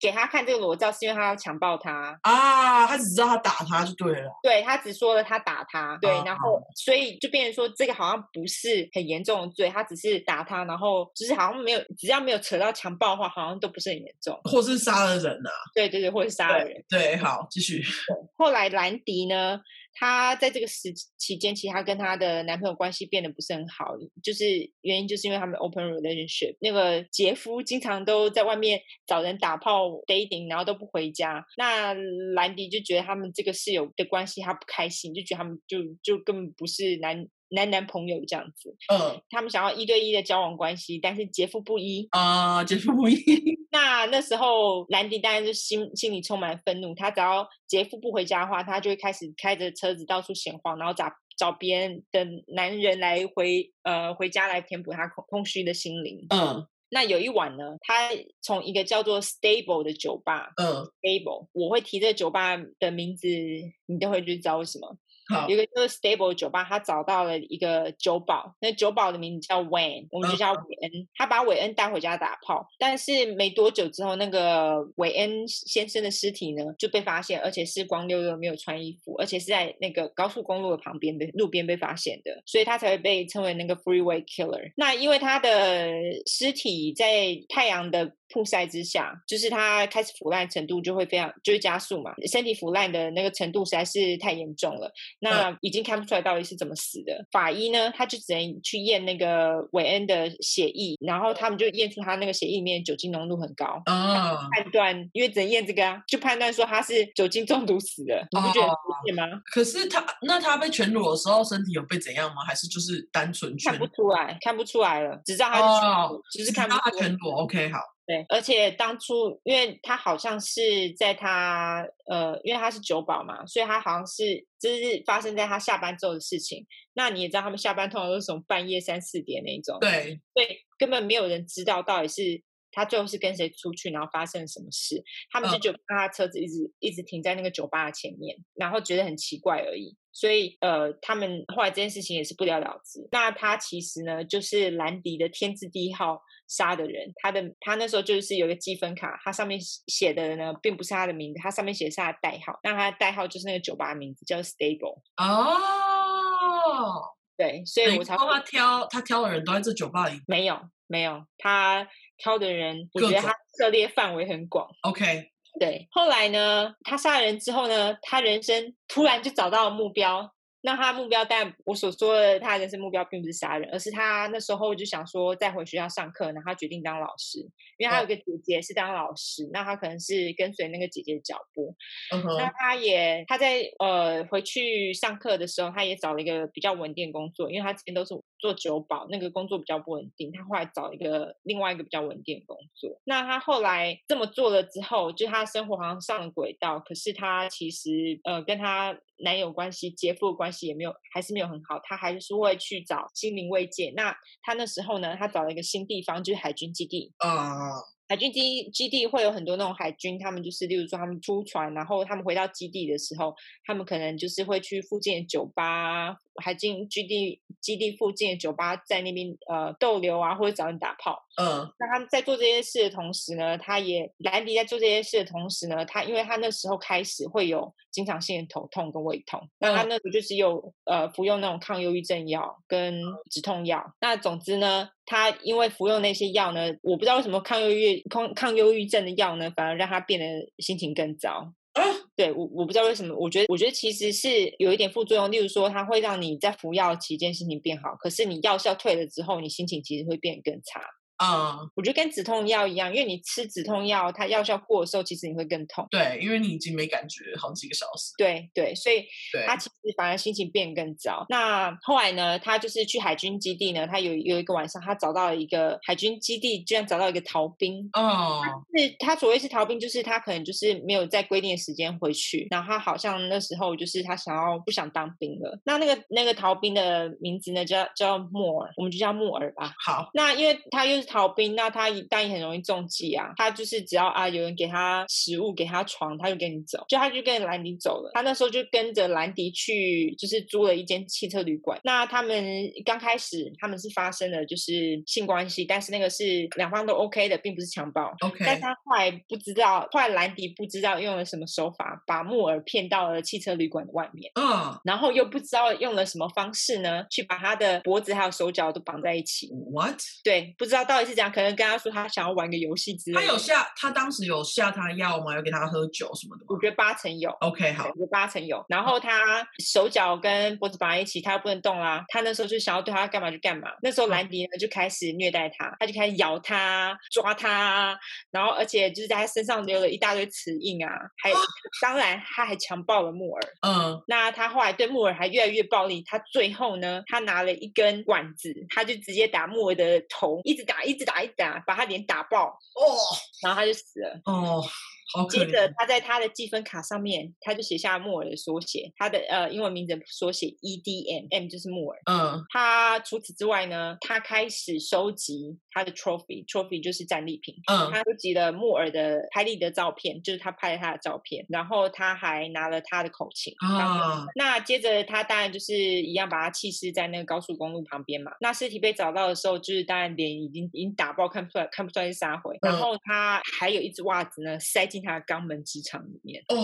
给他看这个裸照是因为他要强暴他，
啊，他只知道他打他就对了。
对他只说了他打他，对，
哦
然后所以就变成说这个好像不是很严重的罪，他只是打他，然后就是好像没有只要没有扯到强暴的话，好像都不是很严重，
或是杀了人啊，
对对对，或者杀了人。
对，好，继续。
后来兰迪呢，她在这个时期间，其实她跟她的男朋友关系变得不是很好，就是原因就是因为他们 open relationship，那个杰夫经常都在外面找人打炮 dating，然后都不回家。那兰迪就觉得他们这个室友的关系，她不开心，就觉得他们就就根本不是男男男朋友这样子，
嗯
他们想要一对一的交往关系，但是杰夫不依，
啊，结束不一。
那那时候，兰迪当然就心心里充满愤怒。他只要杰夫不回家的话，他就会开始开着车子到处闲晃，然后找找别人的男人来回呃回家来填补他空空虚的心灵。
嗯
那有一晚呢，他从一个叫做 Stable 的酒吧
嗯，
，Stable，我会提这个酒吧的名字，你都会去知道为什么。
好
有一个就是 Stable 酒吧，他找到了一个酒保，那酒保的名字叫 Wayne，我们
嗯
就叫韦恩。他把韦恩带回家打炮，但是没多久之后，那个韦恩先生的尸体呢就被发现，而且是光溜溜没有穿衣服，而且是在那个高速公路的旁边被路边被发现的，所以他才会被称为那个 Freeway Killer。那因为他的尸体在太阳的曝晒之下，就是它开始腐烂程度就会非常，就会加速嘛，身体腐烂的那个程度实在是太严重了。
嗯
那已经看不出来到底是怎么死的。法医呢，他就只能去验那个韦恩的血液，然后他们就验出他那个血液里面酒精浓度很高，
啊，
判断因为只能验这个啊，就判断说他是酒精中毒死的。你不觉得
哦
很不解吗？
可是他那他被全裸的时候，身体有被怎样吗？还是就是单纯全
看不出来，看不出来了，只知道他是全
哦
裸，只
只
是
知
看不
道他
出来
全裸？OK，好，
对，而且当初因为他好像是在他呃，因为他是酒保嘛，所以他好像是这是发生在他下班之后的事情。那你也知道，他们下班通常都是从半夜三四点那一种，，
对，
所以根本没有人知道到底是他最后是跟谁出去，然后发生了什么事。他们就
嗯
觉得他车子一直一直停在那个酒吧的前面，然后觉得很奇怪而已。所以呃，他们后来这件事情也是不了了之。那他其实呢，就是兰迪的天字第一号杀的人，他的他那时候就是有一个积分卡，他上面写写的呢，并不是他的名字，他上面写的是他的代号。那他的代号就是那个酒吧的名字，叫 Stable。
哦，
对，所
等
以
于
我才
说
会
他挑他挑的人都在这酒吧里。
没有没有，他挑的人，我
各
觉得
种
他涉猎范围很广。
OK，
对，后来呢，他杀了人之后呢，他人生突然就找到了目标。那他的目标，但我所说的他的人生目标并不是杀人，而是他那时候就想说再回学校上课，然后他决定当老师，因为他有
哦
个姐姐是当老师，那他可能是跟随那个姐姐的脚步，
嗯
那
哼，
他也他在呃回去上课的时候，他也找了一个比较稳定的工作，因为他之前都是做酒保，那个工作比较不稳定。他后来找一个另外一个比较稳定的工作。那他后来这么做了之后，就他的生活好像上了轨道，可是他其实呃跟他男友关系、姐夫的关系也没有，还是没有很好。他还是会去找心灵慰藉。那他那时候呢，他找了一个新地方，就是海军基地。
啊，
海军基基地会有很多那种海军，他们就是例如说他们出船，然后他们回到基地的时候，他们可能就是会去附近的酒吧啊、还进基地基地附近的酒吧，在那边呃逗留啊，或者找人打炮。
嗯
那他们在做这件事的同时呢，他也兰迪在做这件事的同时呢，他因为他那时候开始会有经常性的头痛跟胃痛，那他
嗯
那时候就只有呃服用那种抗忧郁症药跟止痛药。那总之呢，他因为服用那些药呢，我不知道为什么抗忧郁抗抗忧郁症的药呢，反而让他变得心情更糟。
啊，
对我我不知道为什么，我觉得我觉得其实是有一点副作用，例如说它会让你在服药期间心情变好，可是你药效退了之后，你心情其实会变得更差。
嗯，
我觉得跟止痛药一样，因为你吃止痛药，它药效过的时候，其实你会更痛。
对，因为你已经没感觉好几个小时，
对对，所以
对，
他其实反而心情变得更糟。那后来呢，他就是去海军基地呢，他有有一个晚上，他找到了一个海军基地，居然找到一个逃兵，
嗯
是他所谓是逃兵，就是他可能就是没有在规定的时间回去，然后他好像那时候就是他想要不想当兵了。那那个那个逃兵的名字呢，叫叫莫尔，我们就叫莫尔吧。
好，
那因为他又是逃兵，那他一但也很容易中计啊。他就是只要啊有人给他食物、给他床，他就跟你走，就他就跟兰迪走了。他那时候就跟着兰迪去，就是租了一间汽车旅馆。那他们刚开始他们是发生了就是性关系，但是那个是两方都 OK 的，并不是强暴。
OK，
但他后来不知道，后来兰迪不知道用了什么手法，把木耳骗到了汽车旅馆的外面，
嗯，
然后又不知道用了什么方式呢，去把他的脖子还有手脚都绑在一起。
What？
对，不知道到底是怎样，可能跟他说他想要玩个游戏之类
他
的。
有下，他当时有下他药吗？有给他喝酒什么的
我
吗
觉得八成有。
？OK，好
我，觉得八成有，然后他手脚跟脖子绑在一起，他又不能动啦。他那时候就想要对他干嘛就干嘛。那时候兰迪呢就开始虐待他，他就开始咬他、抓他，然后而且就是在他身上留了一大堆齿印啊，还有当然他还强暴了木耳。
嗯，
那他后来对木耳还越来越暴力，他最后呢，他拿了一根管子，他就直接打木耳的头，一直打，一直打，一直打，把他脸打爆，
哦
然后他就死了。
哦，好可
接着
怜，，
他在他的积分卡上面，他就写下木耳的缩写，他的呃英文名字缩写 E EDM，M 就是木耳。
嗯
他除此之外呢，他开始收集他的 trophy，trophy 就是战利品。
嗯
他收集了木耳的拍立得照片，就是他拍了他的照片，然后他还拿了他的口琴。当做
啊，
那接着他当然就是一样把他弃尸在那个高速公路旁边嘛。那尸体被找到的时候，就是当然脸已经已经打爆，看不出来看不出来是杀回。然
嗯
后他还有一只袜子呢，塞进他的肛门直肠里面，
哦，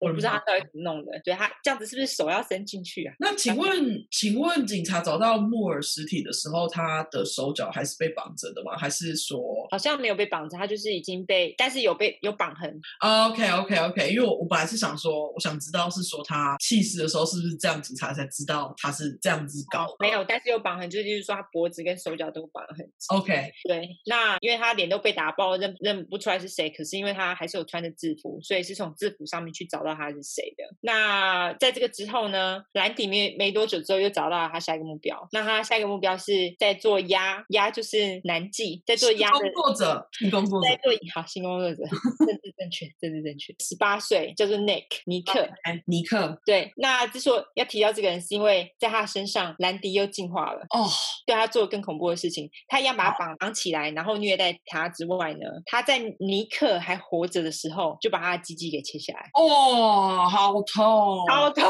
我
不知道他
妈
到底怎么弄的。对他这样子是不是手要伸进去啊？
那请问，请问警察找到木耳尸体的时候，他的手脚还是被绑着的吗？还是说
好像没有被绑着，他就是已经被，但是有被有绑痕。
，OK OK OK？因为我我本来是想说，我想知道是说他弃尸的时候是不是这样，警察才知道他是这样子搞的。
没有，但是有绑痕，就是就是说他脖子跟手脚都绑得很紧。
OK，
对，那因为他脸都被打爆，认认不出来是谁，可是因为他还是有穿着制服，所以是从制服上面去找到他是谁的。那在这个之后呢，兰迪没没多久之后又找到了他下一个目标，那他下一个目标是在做鸭，鸭就是男妓，在做
性
鸭的
工。作者，性工作者
在做好性工作者，政治正确，政治正确。十八岁叫做 Nick 尼克，
哎尼克
对。那之所以要提到这个人，是因为在他身上，兰迪又进化了。
哦，
对他做更恐怖的事情，他一样把他绑绑起来，然后虐待他之外呢，他在尼克还活着的时候，就把他的鸡鸡给切下来，
哦，好痛，
(laughs) 超痛。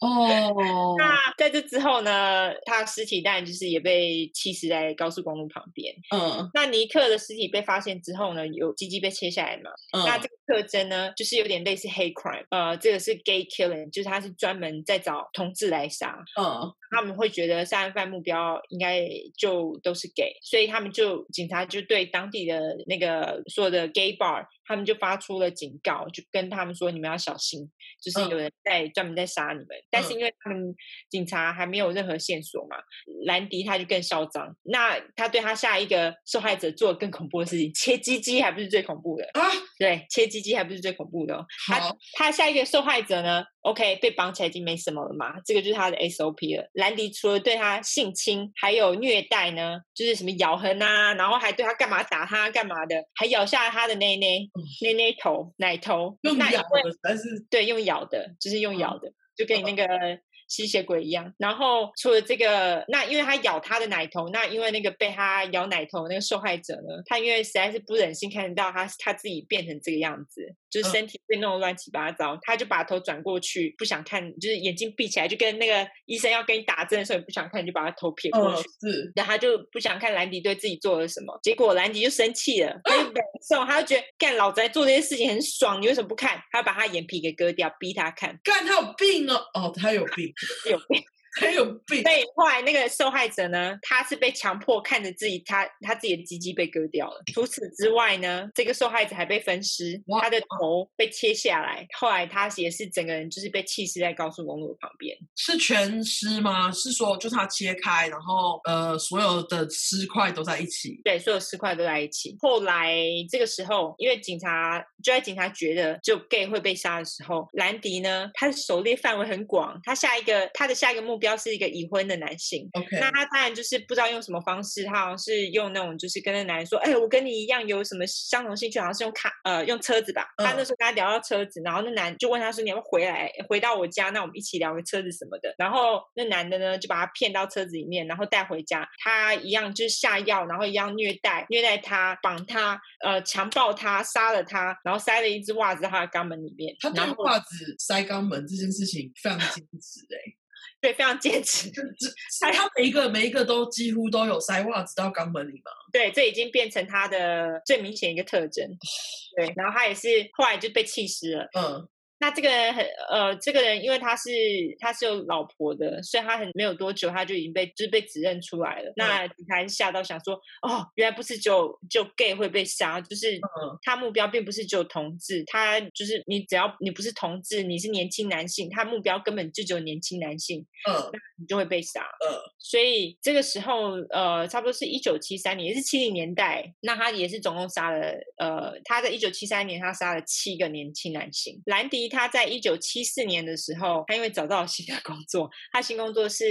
哦，
那在这之后呢，他的尸体当然就是也被弃尸在高速公路旁边。
嗯
那尼克的尸体被发现之后呢，有鸡鸡被切下来嘛？那
嗯
这个特征呢，就是有点类似 hate crime，呃，这个是 gay killing，就是他是专门在找同志来杀。
嗯，
他们会觉得杀人犯目标应该就都是 gay，所以他们就警察就对当地的那个所有的 gay bar，他们就发出了警告，就跟他们说你们要小心，就是
嗯
有人在专门在杀你们。但是
嗯
因为他们警察还没有任何线索嘛，兰迪他就更嚣张，那他对他下一个受害者做了更恐怖的事情，切鸡鸡还不是最恐怖的，
啊，
对，切鸡鸡还不是最恐怖的哦。他
好，
他下一个受害者呢？OK，被绑起来已经没什么了嘛，这个就是他的 SOP 了。兰迪除了对他性侵，还有虐待呢，就是什么咬痕啊，然后还对他干嘛打他干嘛的，还咬下了他的内内
嗯、
内内头、奶头。
用
那因
咬
为
的，但是嗯
对用咬的，就是用咬的，就跟你那个吸血鬼一样。然后除了这个，那因为他咬他的奶头，那因为那个被他咬奶头的那个受害者呢，他因为实在是不忍心看到他他自己变成这个样子，就是
嗯
身体被弄得乱七八糟，他就把头转过去，不想看，就是眼睛闭起来，就跟那个医生要跟你打针的时候，你不想看，你就把他头撇过
嗯
去。
是，
然后他就不想看兰迪对自己做了什么，结果兰迪就生气了，他就忍受，他就觉得干老宅做这些事情很爽，你为什么不看？他把他眼皮给割掉，逼他看，
干他有病哦，哦他有病，
是有病。
他有病，
所以后来那个受害者呢，他是被强迫看着自己他他自己的鸡鸡被割掉了。除此之外呢，这个受害者还被分尸，
哇
他的头被切下来，后来他也是整个人就是被弃尸在高速公路旁边。
是全尸吗？是说就他切开，然后呃所有的尸块都在一起，
对，所有尸块都在一起。后来这个时候，因为警察就在警察觉得就 gay 会被杀的时候，兰迪呢，他的狩猎范围很广，他下一个他的下一个目标是一个已婚的男性。
OK，
那他当然就是不知道用什么方式，他好像是用那种就是跟那男人说，哎、我跟你一样有什么相同兴趣，好像是用卡呃用车子吧。他那
嗯
时候跟他聊到车子，然后那男就问他说你要不要回来回到我家，那我们一起聊个车子什么的。然后那男的呢就把他骗到车子里面，然后带回家，他一样就是下药，然后一样虐待虐待他，绑他，呃强暴他，杀了他，然后塞了一只袜子在他的肛门里面，
他对
然后
袜子塞肛门这件事情非常坚持哎、
(laughs) 对非常坚持。
塞他每一个每一个都几乎都有塞袜子到肛门里嘛。
对，这已经变成他的最明显一个特征。对，然后他也是后来就被气死了。
嗯，
那这个人很呃，这个人因为他是他是有老婆的，所以他很没有多久他就已经被就是被指认出来了。那警察还是吓到想说，哦，原来不是只有就 gay 会被杀，就是
嗯
他目标并不是只有同志，他就是你只要你不是同志，你是年轻男性，他目标根本就只有年轻男性。
嗯
你就会被杀。
嗯，
所以这个时候，呃，差不多是一九七三年，也是七零年代，那他也是总共杀了，呃，他在一九七三年他杀了七个年轻男性。兰迪他在一九七四年的时候，他因为找到了新的工作，他新工作是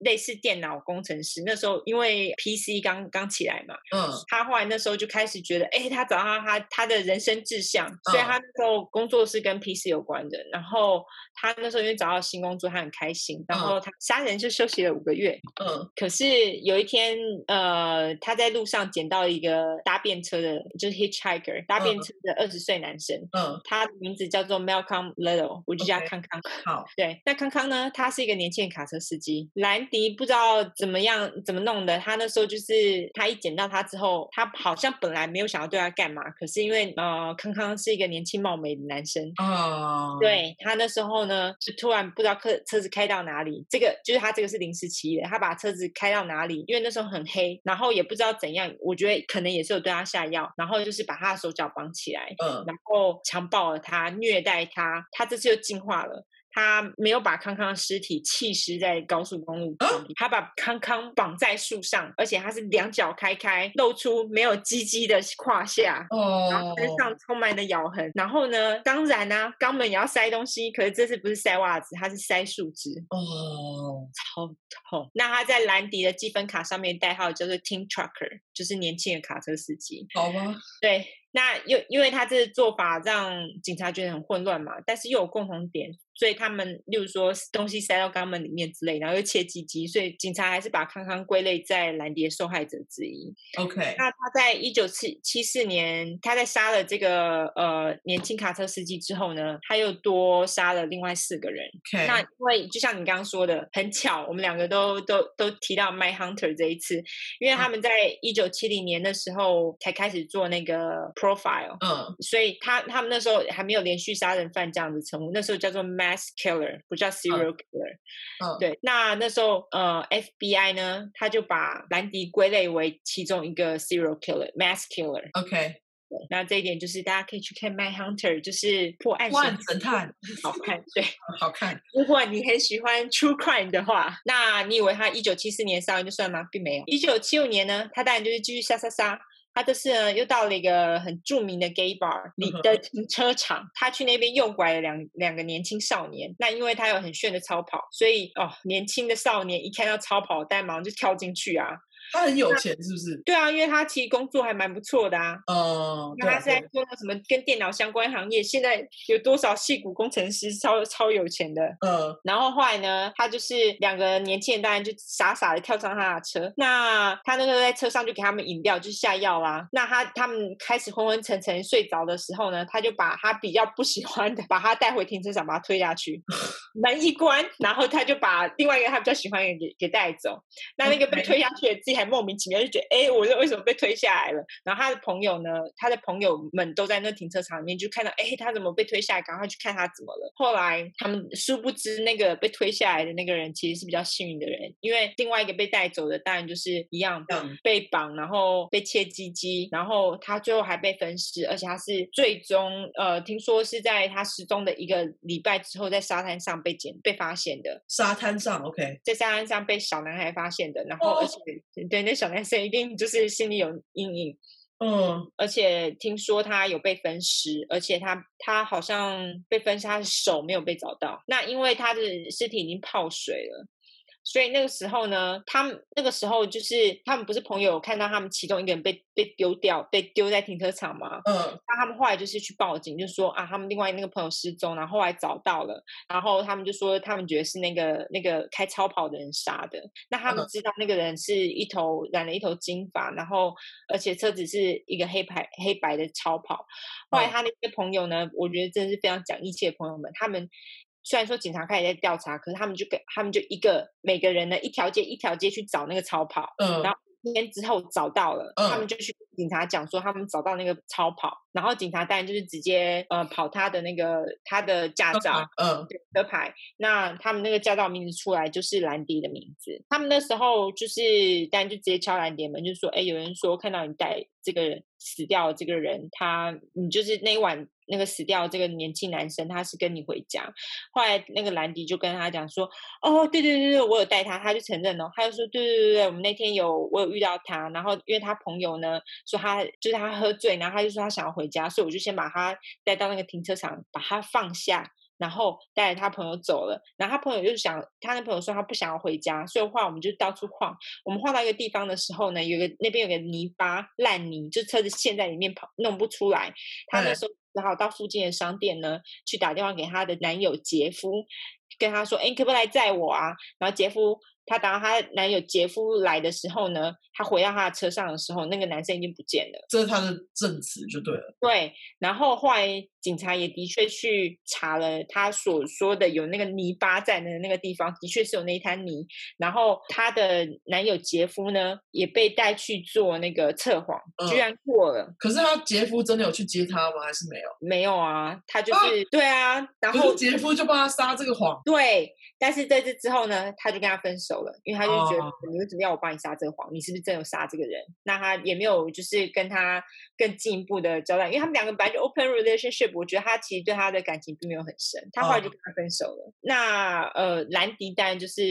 类似电脑工程师。那时候因为 PC 刚刚起来嘛，
嗯
他后来那时候就开始觉得，哎，他找到他他的人生志向，所以
嗯
他那时候工作是跟 PC 有关的。然后他那时候因为找到新工作，他很开心。然
嗯
后他杀人就休息了五个月，
嗯
可是有一天，呃，他在路上捡到一个搭便车的，就是 hitchhiker 搭便
嗯
车的二十岁男生。
嗯，
他的名字叫做 Malcolm Little，我就叫他
OK
康康。
好，
对，那康康呢？他是一个年轻的卡车司机。兰迪不知道怎么样怎么弄的，他那时候就是他一捡到他之后，他好像本来没有想要对他干嘛，可是因为呃，康康是一个年轻貌美的男生。
啊、，
对他那时候呢，就突然不知道车车子开到哪里，这个就是他这个是临时起意的，他把车子开到哪里，因为那时候很黑，然后也不知道怎样，我觉得可能也是有对他下药，然后就是把他的手脚绑起来，
嗯
然后强暴了他，虐待他，他这次又进化了。他没有把康康的尸体弃尸在高速公路旁边，他把康康绑在树上，而且他是两脚开开，露出没有鸡鸡的胯下，然
哦
后，身上充满了咬痕。然后呢，当然呢、肛门也要塞东西，可是这次不是塞袜子，它是塞树枝，
哦，
超痛。那他在兰迪的积分卡上面代号叫做 Teen Trucker，就是年轻的卡车司机。
好吧，
对，那又因为他这个做法让警察觉得很混乱嘛，但是又有共同点，所以他们例如说东西塞到肛门里面之类，然后又切鸡鸡，所以警察还是把康康归类在兰迪的受害者之一。
，OK，
那他在一九七七四年，他在杀了这个呃年轻卡车司机之后呢，他又多杀了另外四个人。
OK，
那因为就像你刚刚说的，很巧，我们两个都都都提到《My Hunter》这一次，因为他们在一九七零年的时候才开始做那个 profile，
嗯
所以他他们那时候还没有连续杀人犯这样子称呼，那时候叫做 mass killer，不叫 serial killer。
嗯
对，那那时候呃 FBI 呢，他就把兰迪归类为其中一个 serial killer，mass killer。
，OK，
对那这一点就是大家可以去看《My Hunter》，就是破案
万
神
神探
好看。 (laughs) 对，
好看，
如果你很喜欢 True Crime 的话，那你以为他一九七四年上映就算吗？并没有。一九七五年呢，他当然就是继续杀杀杀。他这次呢，又到了一个很著名的 gay bar 里
嗯
的停车场，他去那边诱拐了两两个年轻少年。那因为他有很炫的超跑，所以哦，年轻的少年一看到超跑，但马上就跳进去啊。
他很有钱是不是？
对啊，因为他其实工作还蛮不错的啊。
呃，
那
对
他
啊
是
对
在
啊
做那什么跟电脑相关行业？现在有多少戏骨工程师超超有钱的？
呃，
然后后来呢，他就是两个年轻人，当然就傻傻的跳上他的车。那他那个在车上就给他们饮料，就是下药啦。那他他们开始昏昏沉沉睡着的时候呢，他就把他比较不喜欢的，把他带回停车场，把他推下去，门一关，然后他就把另外一个他比较喜欢的人给给带走。那那个被
OK
推下去的自己还莫名其妙就觉得，哎，我这为什么被推下来了？然后他的朋友呢，他的朋友们都在那停车场里面，就看到，哎，他怎么被推下来？赶快去看他怎么了。后来他们殊不知，那个被推下来的那个人其实是比较幸运的人，因为另外一个被带走的当然就是一样
这样
被绑，然后被切鸡鸡，然后他最后还被分尸，而且他是最终呃，听说是在他失踪的一个礼拜之后，在沙滩上被捡被发现的。
沙滩上 OK，
在沙滩上被小男孩发现的，然后而
哦
且、对那小男生一定就是心里有阴影，
嗯，
而且听说他有被分尸，而且他他好像被分尸，他的手没有被找到。那因为他的尸体已经泡水了。所以那个时候呢，他们那个时候就是他们不是朋友看到他们其中一个人被被丢掉，被丢在停车场吗？
嗯，
那他们后来就是去报警，就说啊，他们另外那个朋友失踪，然后后来找到了，然后他们就说他们觉得是那个那个开超跑的人杀的。那他们
嗯
知道那个人是一头染了一头金发，然后而且车子是一个黑白黑白的超跑。后来
嗯
他那些朋友呢，我觉得真的是非常讲义气的朋友们，他们。虽然说警察开始在调查，可是他们就跟他们就一个每个人呢一条街一条街去找那个超跑，
嗯，
然后一天之后找到了，他
嗯
们就去跟警察讲说他们找到那个超跑，然后警察当然就是直接呃跑他的那个他的驾照。
嗯，
对车牌，那他们那个驾照名字出来就是兰迪的名字。他们那时候就是，当然就直接敲兰迪的门，就说：“哎，有人说看到你带这个人死掉的这个人，他你就是那一晚那个死掉的这个年轻男生，他是跟你回家。”后来那个兰迪就跟他讲说：“哦，对对对对，我有带他，他就承认了。他就说，对对对对，我们那天有我有遇到他，然后因为他朋友呢说他就是他喝醉，然后他就说他想要回家，所以我就先把他带到那个停车场，把他放下。”然后带着他朋友走了，然后他朋友就想，他那朋友说他不想要回家，所以后来我们就到处晃。我们晃到一个地方的时候呢，有一个那边有个泥巴烂泥，就车子陷在里面跑弄不出来。他那
嗯
时候只好到附近的商店呢，去打电话给她的男友杰夫，跟他说：“哎，你可不可以来载我啊？”然后杰夫，他等到她男友杰夫来的时候呢，他回到他的车上的时候，那个男生已经不见了。
这是他的证词就对了，
对，然后后来警察也的确去查了，他所说的有那个泥巴在的那个地方，的确是有那一滩泥。然后她的男友杰夫呢，也被带去做那个测谎，居
嗯
然过了。
可是他杰夫真的有去接他吗？还是没有？
没有啊，他就
啊
是、对啊，然
可
后
是杰夫就帮他撒这个谎，
对，但是在这之后呢，他就跟他分手了，因为他就觉得、
哦
你为什么要我帮你撒这个谎？你是不是真的有杀这个人？那他也没有就是跟他更进一步的交代，因为他们两个本来就 open relationship，我觉得他其实对他的感情并没有很深，他后来就
哦
跟他分手了。那呃，兰迪当然就是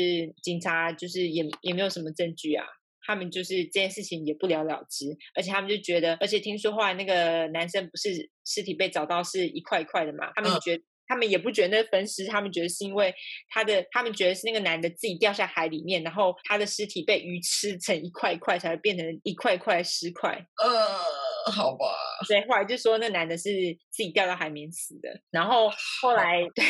警察，就是也也没有什么证据啊。他们就是这件事情也不了了之，而且他们就觉得，而且听说后来那个男生不是尸体被找到是一块一块的嘛，他们
嗯
觉他们也不觉得那分尸，他们觉得是因为他的，他们觉得是那个男的自己掉下海里面，然后他的尸体被鱼吃成一块一块，才会变成一块一块的尸块。
呃，好吧，
所以后来就说那男的是自己掉到海里面死的。然后后来， (laughs) 对，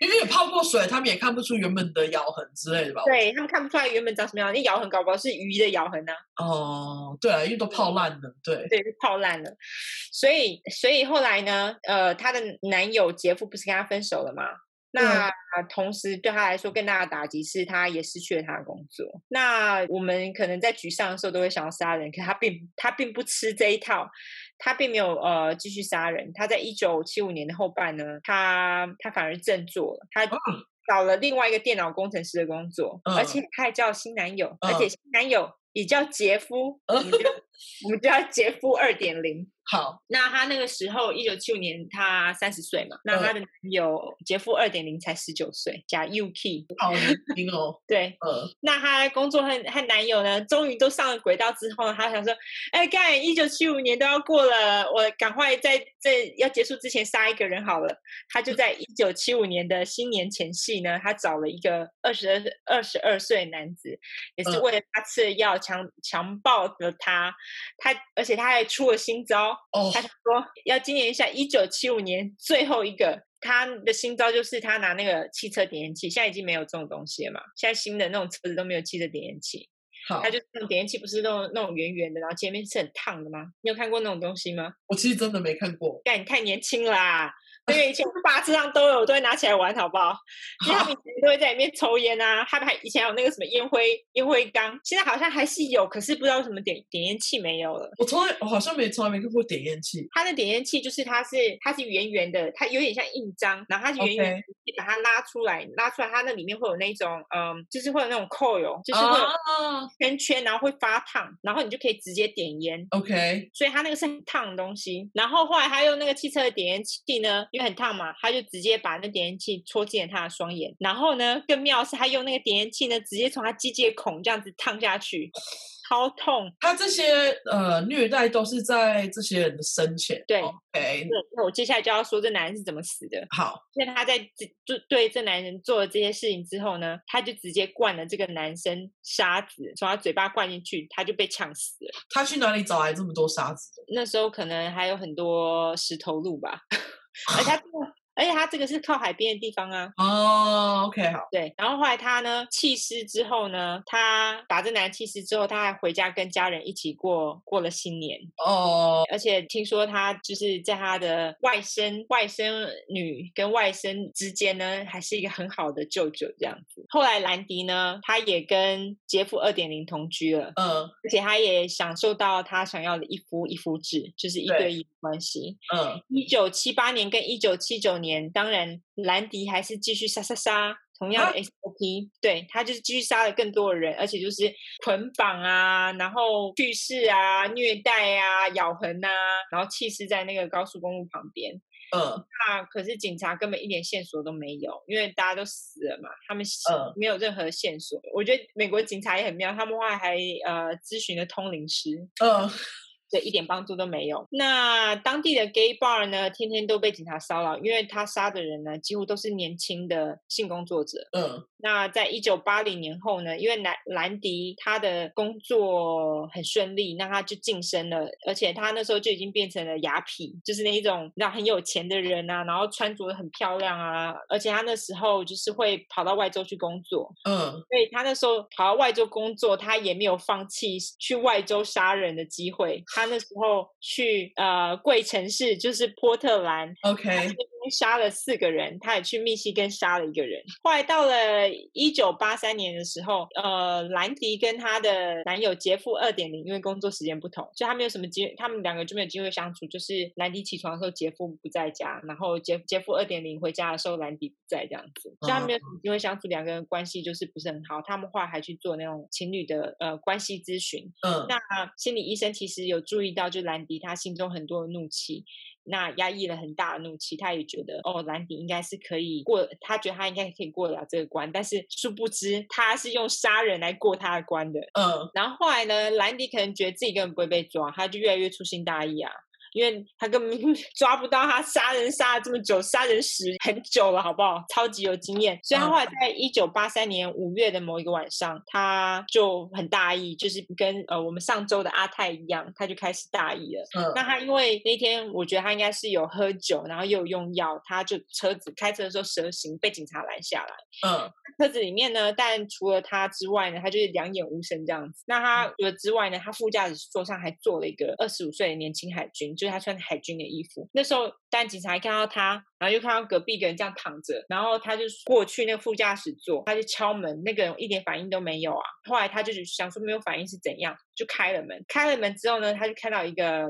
因为也泡过水，他们也看不出原本的咬痕之类的吧？我
对他们看不出来原本长什么样，那咬痕搞不好是鱼的咬痕呢、啊
哦，对啊，因为都泡烂了，对，
对，就泡烂了。所以，所以后来呢，呃，她的男友杰夫不是跟她分手了吗？那、同时对她来说更大的打击是，她也失去了她的工作。那我们可能在沮丧的时候都会想要杀人，可她并她并不吃这一套，她并没有呃继续杀人。她在一九七五年的后半呢，她她反而振作了，她
啊
找了另外一个电脑工程师的工作，而
嗯
且她还交了新男友，而
嗯 (laughs)
且新男友也叫杰夫，你知道我们叫他杰夫二点零。
好，
那他那个时候，一九七五年，他三十岁嘛，那
嗯
他的男友杰夫二点零才十九岁，叫 Yuki。
好年轻哦，
对，
呃，
那她工作和和男友呢，终于都上了轨道之后，她想说，哎，干，一九七五年都要过了，我赶快在这要结束之前杀一个人好了。她就在一九七五年的新年前夕呢，她找了一个二十二二十二岁男子，也是
嗯
为了他吃了药强强暴了他，他而且他还出了新招，
哦
他，想说要纪念一下一九七五年最后一个他的新招，就是他拿那个汽车点烟器，现在已经没有这种东西了嘛，现在新的那种车子都没有汽车点烟器，
好
他，就是那种点烟器不是那种那种圆圆的，然后前面是很烫的吗？你有看过那种东西吗？
我其实真的没看过，
干，你太年轻啦、那个以前八字上都有，我都会拿起来玩，好不好？因为他们以前都会在里面抽烟啊，他们还以前还有那个什么烟灰烟灰缸，现在好像还是有，可是不知道为什么点点烟器没有了。
我从来我好像没从来没看过点烟器，
它的点烟器就是它是它是圆圆的，它有点像印章，然后它是圆圆的你把它拉出来，拉出来它那里面会有那种嗯，就是会有那种扣油，就是会有
啊
圈圈，然后会发烫，然后你就可以直接点烟。
，OK，
所以它那个是很烫的东西，然后后来他用那个汽车的点烟器呢，因为很烫嘛，他就直接把那点烟器戳进了他的双眼，然后呢，更妙的是他用那个点烟器呢，直接从他机械孔这样子烫下去，超痛。
他这些呃虐待都是在这些人的生前，
对
，OK，
对，那我接下来就要说这男人是怎么死的。
好，
在他在这就对这男人做了这些事情之后呢，他就直接灌了这个男生沙子，从他嘴巴灌进去，他就被呛死了。
他去哪里找来这么多沙子？
那时候可能还有很多石头路吧，而且他这个而且他这个是靠海边的地方啊。
哦，OK，好，
对，然后后来他呢弃尸之后呢，他把这男人弃尸之后，他还回家跟家人一起过过了新年。
哦，
而且听说他就是在他的外甥、外甥女跟外甥之间呢，还是一个很好的舅舅这样子。后来兰迪呢，他也跟杰夫二点零同居了，
嗯
而且他也享受到他想要的一夫一夫制，就是一
对
对一关系。
嗯，
一九七八年跟一九七九年，当然兰迪还是继续杀杀杀。同样
啊
的 SOP，、对他就是继续杀了更多的人，而且就是捆绑啊，然后去世啊、虐待啊、咬痕啊，然后弃尸在那个高速公路旁边。
嗯
那可是警察根本一点线索都没有，因为大家都死了嘛，他们是
嗯
没有任何线索。我觉得美国警察也很妙，他们后来还呃咨询了通灵师，
嗯，
对，一点帮助都没有。那当地的 gay bar 呢，天天都被警察骚扰，因为他杀的人呢，几乎都是年轻的性工作者。
嗯，
那在一九八零年后呢，因为兰兰迪他的工作很顺利，那他就晋升了，而且他那时候就已经变成了雅痞，就是那一种让很有钱的人啊，然后穿着得很漂亮啊，而且他那时候就是会跑到外州去工作，
嗯，
所以他那时候跑到外州工作，他也没有放弃去外州杀人的机会。他那时候去呃贵城市，就是波特兰，他这
OK，
边杀了四个人，他也去密西根杀了一个人。后来到了一九八三年的时候，呃，兰迪跟她的男友杰夫二点零，因为工作时间不同，所以他没有什么机会，他们两个就没有机会相处。就是兰迪起床的时候，杰夫不在家，然后杰杰夫二点零回家的时候，兰迪不在，这样子，所以他们没有什么机会相处，两个人关系就是不是很好。他们后来还去做那种情侣的呃关系咨询，
嗯，
那心理医生其实有注意到，就兰迪她心中很多的怒气，那压抑了很大的怒气，他也觉得哦，兰迪应该是可以过，他觉得他应该可以过得了这个关，但是殊不知他是用杀人来过他的关的。
嗯，
然后后来呢，兰迪可能觉得自己根本不会被抓，他就越来越粗心大意啊。因为他根本 (laughs) 抓不到他杀人杀了这么久，杀人时很久了，好不好？超级有经验。所以他
嗯
后来在一九八三年五月的某一个晚上，他就很大意，就是跟呃我们上周的阿泰一样，他就开始大意了。
嗯，
那他因为那天我觉得他应该是有喝酒，然后又有用药，他就车子开车的时候蛇行，被警察拦下来。
嗯，
车子里面呢，但除了他之外呢，他就是两眼无神这样子。那他除了之外呢，他副驾驶座上还坐了一个二十五岁的年轻海军，就是他穿海军的衣服。那时候，但警察一看到他，然后又看到隔壁一个人这样躺着，然后他就过去那个副驾驶座，他就敲门，那个人一点反应都没有啊。后来他就想说没有反应是怎样，就开了门。开了门之后呢，他就看到一个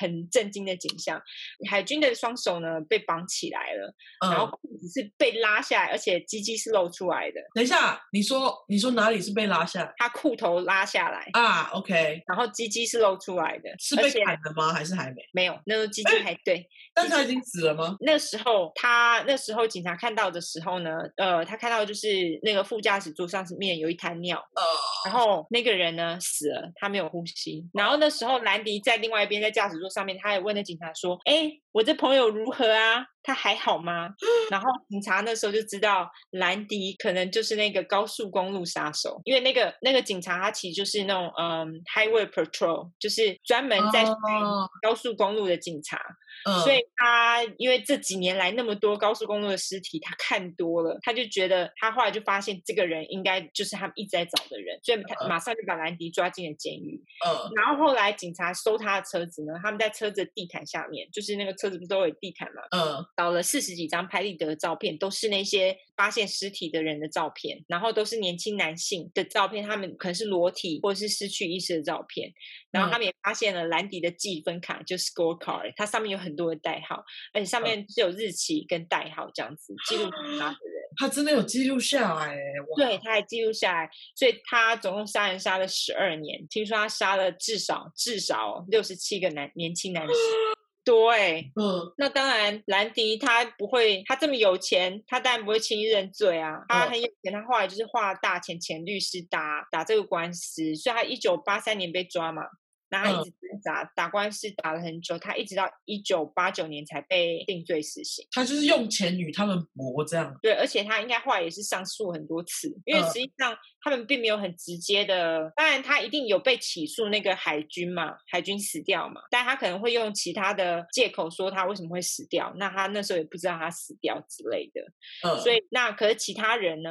很震惊的景象。海军的双手呢被绑起来了，
嗯
然后裤子是被拉下来，而且鸡鸡是露出来的，
等一下，你说你说哪里是被拉下来
他裤头拉下来，
啊？OK，
然后鸡鸡是露出来的，
是
而
被
且
砍哎的吗？还是还没？
没有，那时候鸡鸡还对，
但他已经死了吗？
那时候他那时候警察看到的时候呢，呃，他看到就是那个副驾驶座上面有一滩尿，
呃，
然后那个人呢死了，他没有呼吸。然后那时候兰迪在另外一边在驾驶座上面，他也问那警察说：“哎，我这朋友如何啊？他还好吗？”然后警察那时候就知道兰迪可能就是那个高速公路杀手，因为那个那个警察他其实就是那种嗯 highway patrol，就是专门在巡
哦
高速公路的警察。
嗯，
所以他因为这几年来那么多高速公路的尸体，他看多了，他就觉得他后来就发现这个人应该就是他们一直在找的人，所以他
嗯
马上就把兰迪抓进了监狱。
嗯
然后后来警察搜他的车子呢，他们在车子的地毯下面，就是那个车子不是都有地毯嘛，
嗯
找了四十几张拍立得的照片，都是那些发现尸体的人的照片，然后都是年轻男性的照片，他们可能是裸体或者是失去意识的照片。然后
嗯
他们也发现了兰迪的记分卡，就是 scorecard，它上面有很多的代号，而且上
嗯
面是有日期跟代号这样子记录他的人。
他真的有记录下来欸，哇
对，，他还记录下来，所以他总共杀人杀了十二年，听说他杀了至少至少六十七个男年轻男性。 (gasps) 对，
嗯
那当然，兰迪他不会，他这么有钱，他当然不会轻易认罪啊。他
嗯
很有钱，他后来就是花了大钱请律师打打这个官司，所以他一九八三年被抓嘛，然后他
嗯
一直挣扎、打官司打了很久，他一直到一九八九年才被定罪死刑。
他就是用钱与他们搏这样，
对，而且他应该后来也是上诉很多次，因为
嗯
实际上他们并没有很直接的，当然他一定有被起诉那个海军嘛，海军死掉嘛，但他可能会用其他的借口说他为什么会死掉，那他那时候也不知道他死掉之类的，
嗯，
所以那可是其他人呢？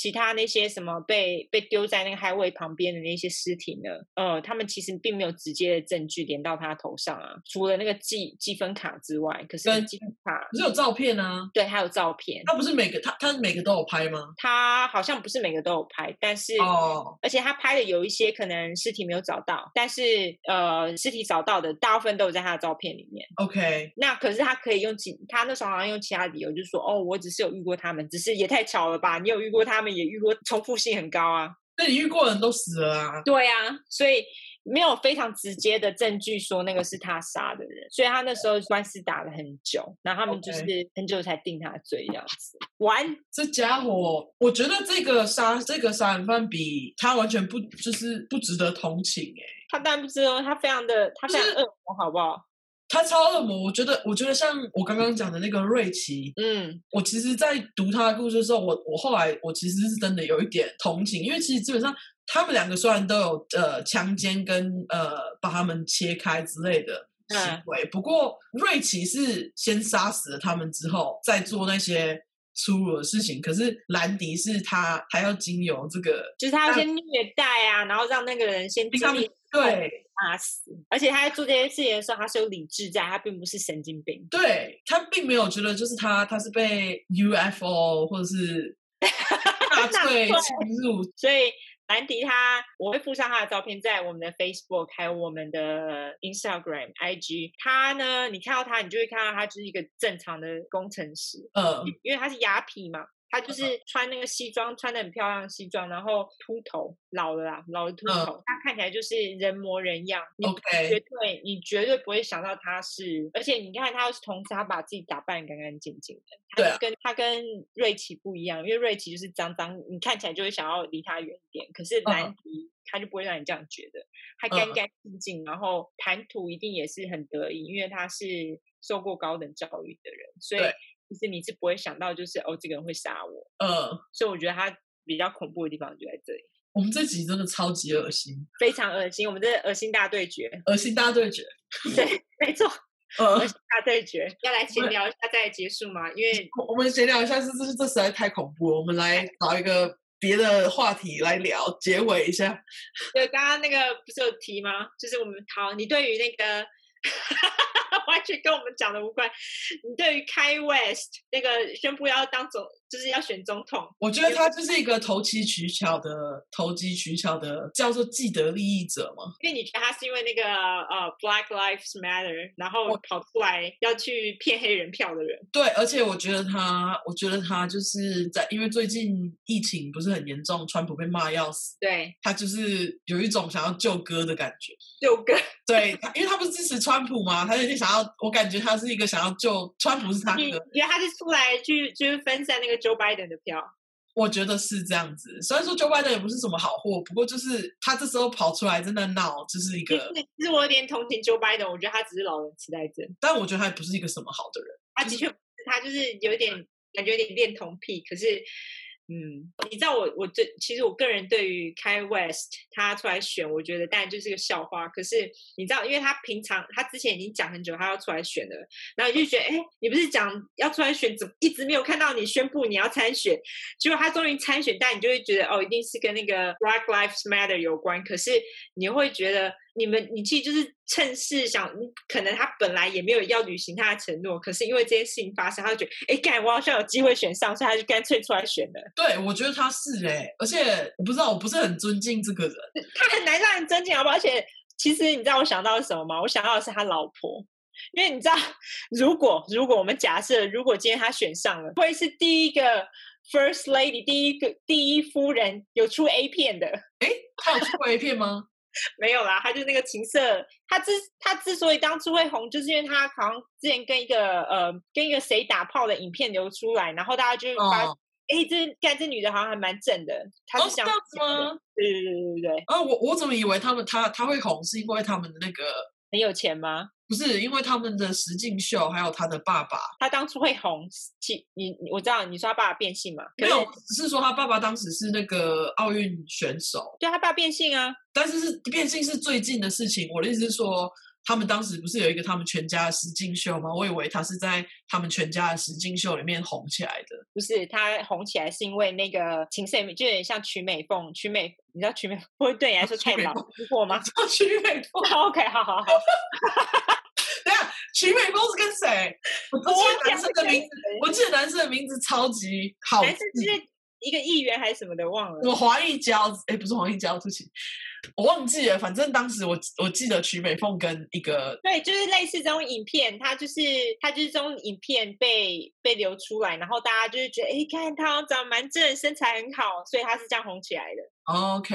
其他那些什么被被丢在那个 highway 旁边的那些尸体呢？呃，他们其实并没有直接的证据连到他头上啊，除了那个记记分卡之外，可是
跟
积分卡
可是有照片啊，
对还有照片，
他不是每个他他每个都有拍吗？
他好像不是每个都有拍，但是、
哦，
而且他拍的有一些可能尸体没有找到，但是呃，尸体找到的大部分都有在他的照片里面。
，OK，
那可是他可以用其他那时候好像用其他理由，就说哦，我只是有遇过他们，只是也太巧了吧？你有遇过他们，也遇过，重复性很高啊。
那你遇过的人都死了啊，
对啊，所以没有非常直接的证据说那个是他杀的人，所以他那时候官司打了很久，然后他们就
OK
是很久才定他的罪这样子。完，
这家伙，我觉得这个杀这个杀人犯比他完全不就是不值得同情哎、
他当然不知道，他非常的他非常
就是
恶魔，好不好？
他超恶魔，我觉得，我觉得像我刚刚讲的那个瑞奇，
嗯。
我其实，在读他的故事的时候，我我后来我其实是真的有一点同情，因为其实基本上他们两个虽然都有呃强奸跟呃把他们切开之类的行
嗯
为，不过瑞奇是先杀死了他们之后，再做那些粗鲁的事情，可是兰迪是他还要经由这个
就是他要
那
先虐待啊，然后让那个人先
让他
经
们
历
对。
杀死，而且他在做这些事情的时候，他是有理智在，他并不是神经病。
对他并没有觉得就是他他是被 UFO 或者是
(laughs)
纳粹
纳
侵入，
所以兰迪他，我会附上他的照片在我们的 Facebook 还有我们的 Instagram、IG。他呢，你看到他，你就会看到他就是一个正常的工程师，
呃，
因为他是雅痞嘛。他
嗯
就是穿那个西装，穿的很漂亮的西装，然后秃头，老了啦，老了秃
嗯哦
头，他看起来就是人模人样。你
OK
(laughs) 绝对，你绝对不会想到他是，而且你看他又是同时，他把自己打扮得干干净净的，他
对
就
啊
跟他跟瑞奇不一样，因为瑞奇就是脏脏，你看起来就会想要离他远一点，可是兰迪他就不会让你这样觉得，他干
嗯
干净净，然后谈吐一定也是很得意，因为他是受过高等教育的人，所以
对
其实你是不会想到就是哦，这个人会杀我，
呃，
所以我觉得他比较恐怖的地方就在这里，
我们这集真的超级恶心，
非常恶心，我们这恶心大对决，
恶心大对决，
对，没错。
呃
而，且大对决，要 (laughs) 来闲
对
聊一下再结束吗？因 (laughs) 为
我我们闲聊一下，这这这实在太恐怖了，我们来找一个别的话题来聊，结尾一下。
对刚刚那个不是有提吗？就是我们好，你对于那个 (laughs) 完全跟我们讲的无关。你对于 Kai West 那个宣布要当总，就是要选总统，
我觉得他就是一个投机取巧的投机取巧的叫做既得利益者嘛。
因为你觉得他是因为那个呃 Black Lives Matter，然后跑出来要去骗黑人票的人。
对，而且我觉得他，我觉得他就是在因为最近疫情不是很严重，川普被骂要死，
对，
他就是有一种想要救哥的感觉。
(laughs) 六个
对，他因为他不是支持川普嘛，他有点想要，我感觉他是一个想要救川普是他
你
的
觉得他是出来去就是分散那个 Joe Biden 的票？
我觉得是这样子。虽然说 Joe Biden 也不是什么好货，不过就是他这时候跑出来真的闹，就是一
其 (laughs)
个，
实其实我有点同情 Joe Biden，我觉得他只是老人痴呆症，
但我觉得他也不是一个什么好的人。
他啊的确他就是有点感觉有点恋童癖，可是。嗯，你知道我我对其实我个人对于 Kai West 他出来选，我觉得当然就是个笑话。可是你知道，因为他平常他之前已经讲很久，他要出来选了，然后你就觉得，哎，你不是讲要出来选，怎么一直没有看到你宣布你要参选？结果他终于参选，但你就会觉得哦，一定是跟那个 Black Lives Matter 有关。可是你会觉得，你们你其实就是趁势想，你可能他本来也没有要履行他的承诺，可是因为这件事情发生，他就觉得，哎，干，我好像有机会选上，所以他就干脆出来选了。
对，我觉得他是哎、而且我不知道，我不是很尊敬这个人。
他很难让人尊敬，好不好？而且其实你知道我想到的是什么吗？我想到的是他老婆。因为你知道，如果如果我们假设，如果今天他选上了，会是第一个 first lady，第一个第一夫人有出 A 片的。
他有出过 A 片
(laughs)
吗？
没有啦，他就是那个情色，他之他之所以当初会红，就是因为他好像之前跟一个呃跟一个谁打炮的影片流出来，然后大家就会发，
哦
哎、这干这女的好像还蛮正的，她
哦，
是
是
想、
这样子吗？
对对对对对，
啊，我我怎么以为他们他他会红是因为他们的那个
很有钱吗？
不是因为他们的实境秀，还有他的爸爸。
他当初会红，其你你我知道你说他爸爸变性嘛？可
没
是
有，只是说他爸爸当时是那个奥运选手，
对他爸变性啊，
但是是变性是最近的事情。我的意思是说，他们当时不是有一个他们全家的实境秀吗？我以为他是在他们全家的实境秀里面红起来的。 (laughs)
不是他红起来是因为那个情色，就有点像曲美凤，曲美你知道曲美凤对你来说
哦曲
太
美
老
凤
不过吗 (laughs)
曲美凤，
？OK，好好好，
等一下，曲美凤是跟谁？我
我
记得男
讲
生的
这个
名字，我记得男生的名字超级好
男生
记
哎是一个议员还是什么的，忘了
什。么黄义娇？哎，不是黄义娇，对不起，我忘记了。反正当时我我记得曲美凤跟一个
对，就是类似这种影片，它就是它就是这种影片被被流出来，然后大家就是觉得，哎，看他好像长得蛮正，身材很好，所以他是这样红起来的。
OK，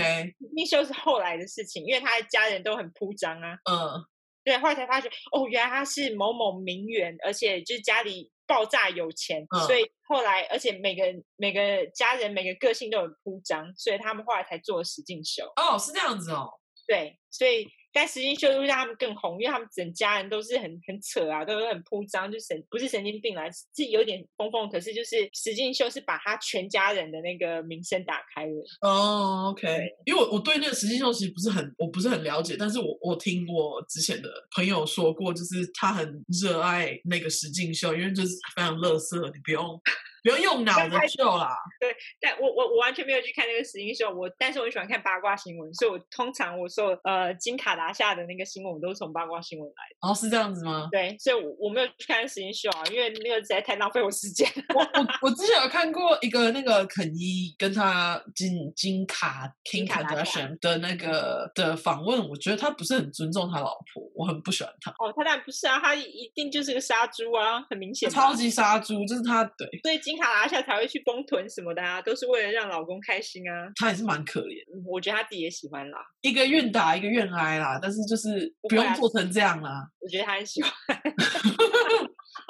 那秀是后来的事情，因为他的家人都很铺张啊，
嗯，
对，后来才发觉，哦，原来他是某某名媛，而且就是家里爆炸有钱，
嗯
所以后来，而且每个每个家人每个个性都很铺张，所以他们后来才做了实境秀。
哦，是这样子哦。
对，所以但实境秀就让他们更红，因为他们整家人都是很很扯啊，都是很铺张，就神不是神经病啦，是有点疯疯，可是就是实境秀是把他全家人的那个名声打开了。
哦、o k 因为我我对那个实际秀其实不是很我不是很了解，但是我我听我之前的朋友说过，就是他很热爱那个实境秀，因为就是非常乐色，你不用不用用脑的
太
秀啦。
但我我我完全没有去看那个实境秀，我但是我很喜欢看八卦新闻，所以我通常我说呃金卡达下的那个新闻，我都是从八卦新闻来的。
然后哦是这样子吗？
对，所以我我没有去看实境秀啊，因为那个实在太浪费我时间。
我我我之前有看过一个那个肯伊跟他金金卡
金
Kim
卡达
Kardashian 的那个的访问，我觉得他不是很尊重他老婆，我很不喜欢他，
哦，他当然不是啊，他一定就是个杀猪啊，很明显嘛。
超级杀猪，就是他对
所以金卡拉夏才会去崩臀什么的啊，都是为了让老公开心啊。
他也是蛮可怜的。
嗯我觉得他自己也喜欢啦，
一个愿打一个愿挨啦，但是就是
不
不
会
用
啊
做成这样啦，
我觉得他很喜欢。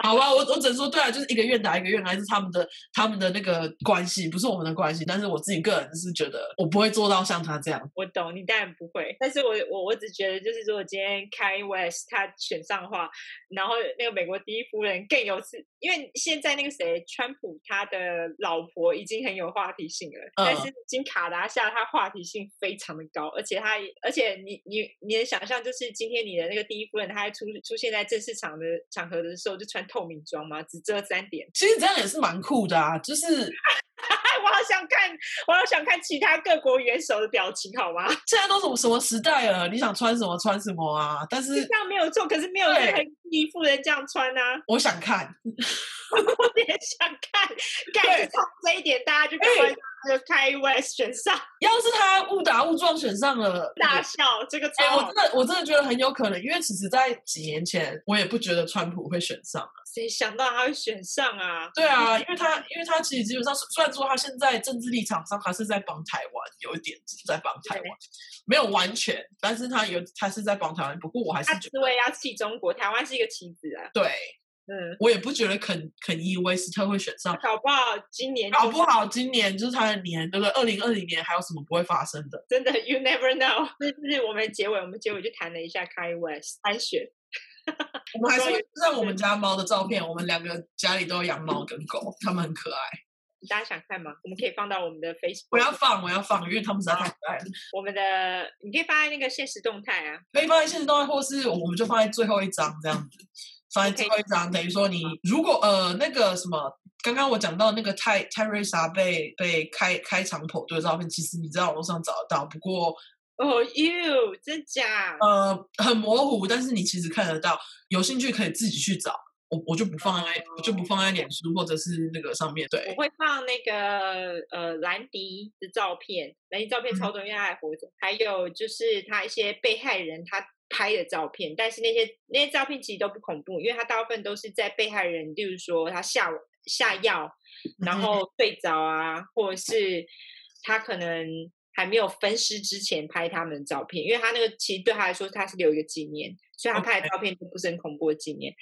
好吧？我我只能说，对啊，就是一个愿打一个愿挨是他们的他们的那个关系，不是我们的关系。但是我自己个人是觉得，我不会做到像他这样。
我懂，你当然不会，但是我我我只觉得，就是如果今天 Kanye West 他选上的话，然后那个美国第一夫人更有是，因为现在那个谁，川普他的老婆已经很有话题性了，但是金卡达夏她话题性非常的高，而且她而且你你你能想象，就是今天你的那个第一夫人，她还出出现在正式场的场合的时候，就穿透明装吗？只遮三点。 (laughs)
其实这样也是蛮酷的啊，就是
哎，我好想看，我好想看其他各国元首的表情，好吗？
现在都什么什么时代了？你想穿什么穿什么啊？但是
这样没有错，可是没有人
对
很衣服人这样穿啊， (laughs)
我想看，
我也想看。看
对哎
从这一点，大家就赶快就开 West
(laughs)
选上
要是他误打误撞选上了，
大笑，这个
哎、
超好
我真的我真的觉得很有可能，因为其实，在几年前，我也不觉得川普会选上。
谁想到他会选上啊？
对啊，因为他因为他其实基本上虽虽然说他现在政治立场上他是在帮台湾，有一点是在帮台湾
对，
没有完全，但是他有他是在帮台湾。不过我还是
他
觉
只
得，
为要弃中国，台湾是一个棋子啊。
对
嗯，
我也不觉得肯肯伊威斯特会选上。
搞不好今年
搞
就
不好今年就是他的年，对不对？二零二零年还有什么不会发生的？
真的 (laughs) you never know。这就是我们结尾，我们结尾就谈了一下 Kai West 安选。
我们还是
对
会嗯让我们家猫的照片，我们两个家里都有养猫跟狗，它们很可爱。
大家想看吗？我们可以放到我们的 Facebook，
我要放，我要放，因为它们实在太可爱了。
我们的，你可以发在那个现实动态啊。
可以放在现实动态，或是我们就放在最后一张这样子，放在最后一张，等于说你如果呃那个什么，刚刚我讲到那个泰泰瑞莎被被开开肠剖肚的照片，其实你在网络上找得到，不过
哦、you 真假？
呃很模糊，但是你其实看得到，有兴趣可以自己去找。我我就不放在我就不放在脸书或者是那个上面，
我
对，
会放那个呃兰迪的照片，兰迪照片
嗯
超多，因为他还活着。还有就是他一些被害人他拍的照片，但是那些那些照片其实都不恐怖，因为他大部分都是在被害人，例如说他下下药，然
嗯
后睡着啊，或者是他可能还没有分尸之前拍他们的照片，因为他那个其实对他来说他是留一个纪念，所以他拍的照片都不是很恐怖的纪念，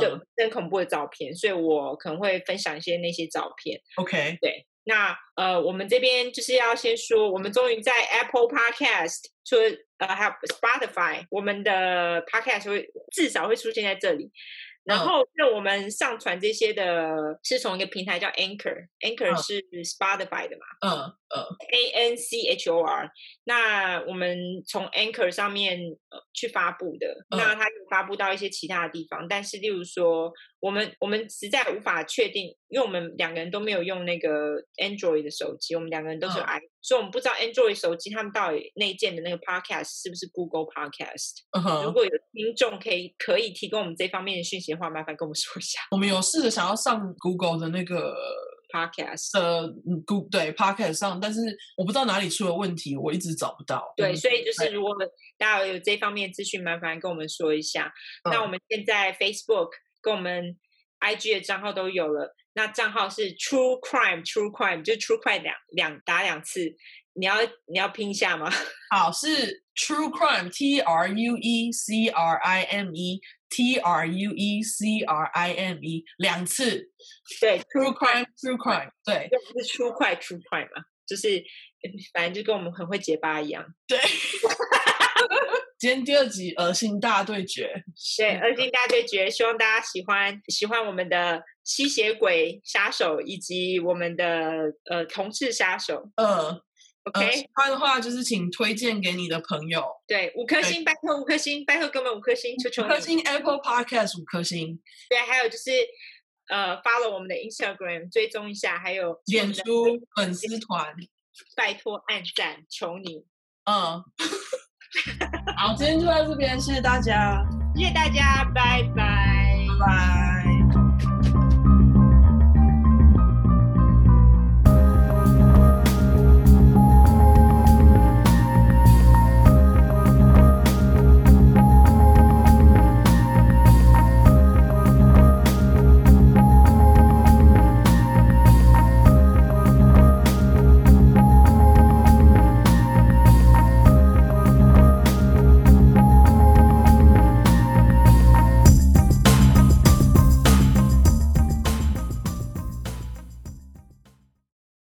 对，
嗯
不是很恐怖的照片，所以我可能会分享一些那些照片。
，OK，
那呃，我们这边就是要先说，我们终于在 Apple Podcast 除了呃还有 Spotify，我们的 Podcast 会至少会出现在这里。然
嗯
后，那我们上传这些的是从一个平台叫 Anchor，Anchor
嗯
是 Spotify 的嘛
嗯嗯
，A N C H O R。那我们从 Anchor 上面、呃、去发布的，
嗯
那它有发布到一些其他的地方，但是例如说，我们我们实在无法确定，因为我们两个人都没有用那个 Android 的手机，我们两个人都是有
嗯
i，、所以我们不知道 Android 手机他们到底内建的那个 Podcast 是不是 Google Podcast。
嗯
如
哼，
果有听众可以可以提供我们这方面的讯息的话，麻烦跟我们说一下 (laughs)
我们有试着想要上 Google 的那个
Podcast。
的嗯 Google 对 Pocket 上，但是我不知道哪里出了问题，我一直找不到。
对，
嗯
所以就是
对
如果大家有这方面资讯，麻烦跟我们说一下。那
嗯
我们现在 Facebook 跟我们 IG 的账号都有了，那账号是 True Crime True Crime，就是 True Crime 两两打两次，你要你要拼一下吗？ (laughs)
好是 True Crime T R U E C R I M E T R U E C R I M E 两次
对
(laughs) True Crime True Crime 对
就不是 True Crime True Crime 嘛，就是嗯反正就跟我们很会结巴一样。
对。今天第二集恶心大对决，嗯
对，恶性大对决，希望大家喜欢喜欢我们的吸血鬼杀手以及我们的呃同事杀手。
呃
OK，、
呃，喜欢的话就是请推荐给你的朋友，
对，五颗
对
星，拜托五颗星，拜托给我们五颗星，求
五
求
颗
你。
星 Apple Podcast 五颗星，
对，还有就是呃，follow 我们的 Instagram，追踪一下，还有去我
脸
们的
书粉丝团，
拜托按赞，求你，
嗯， (laughs) 好，今天就到这边，谢谢大家，
谢谢大家，拜拜。
拜拜。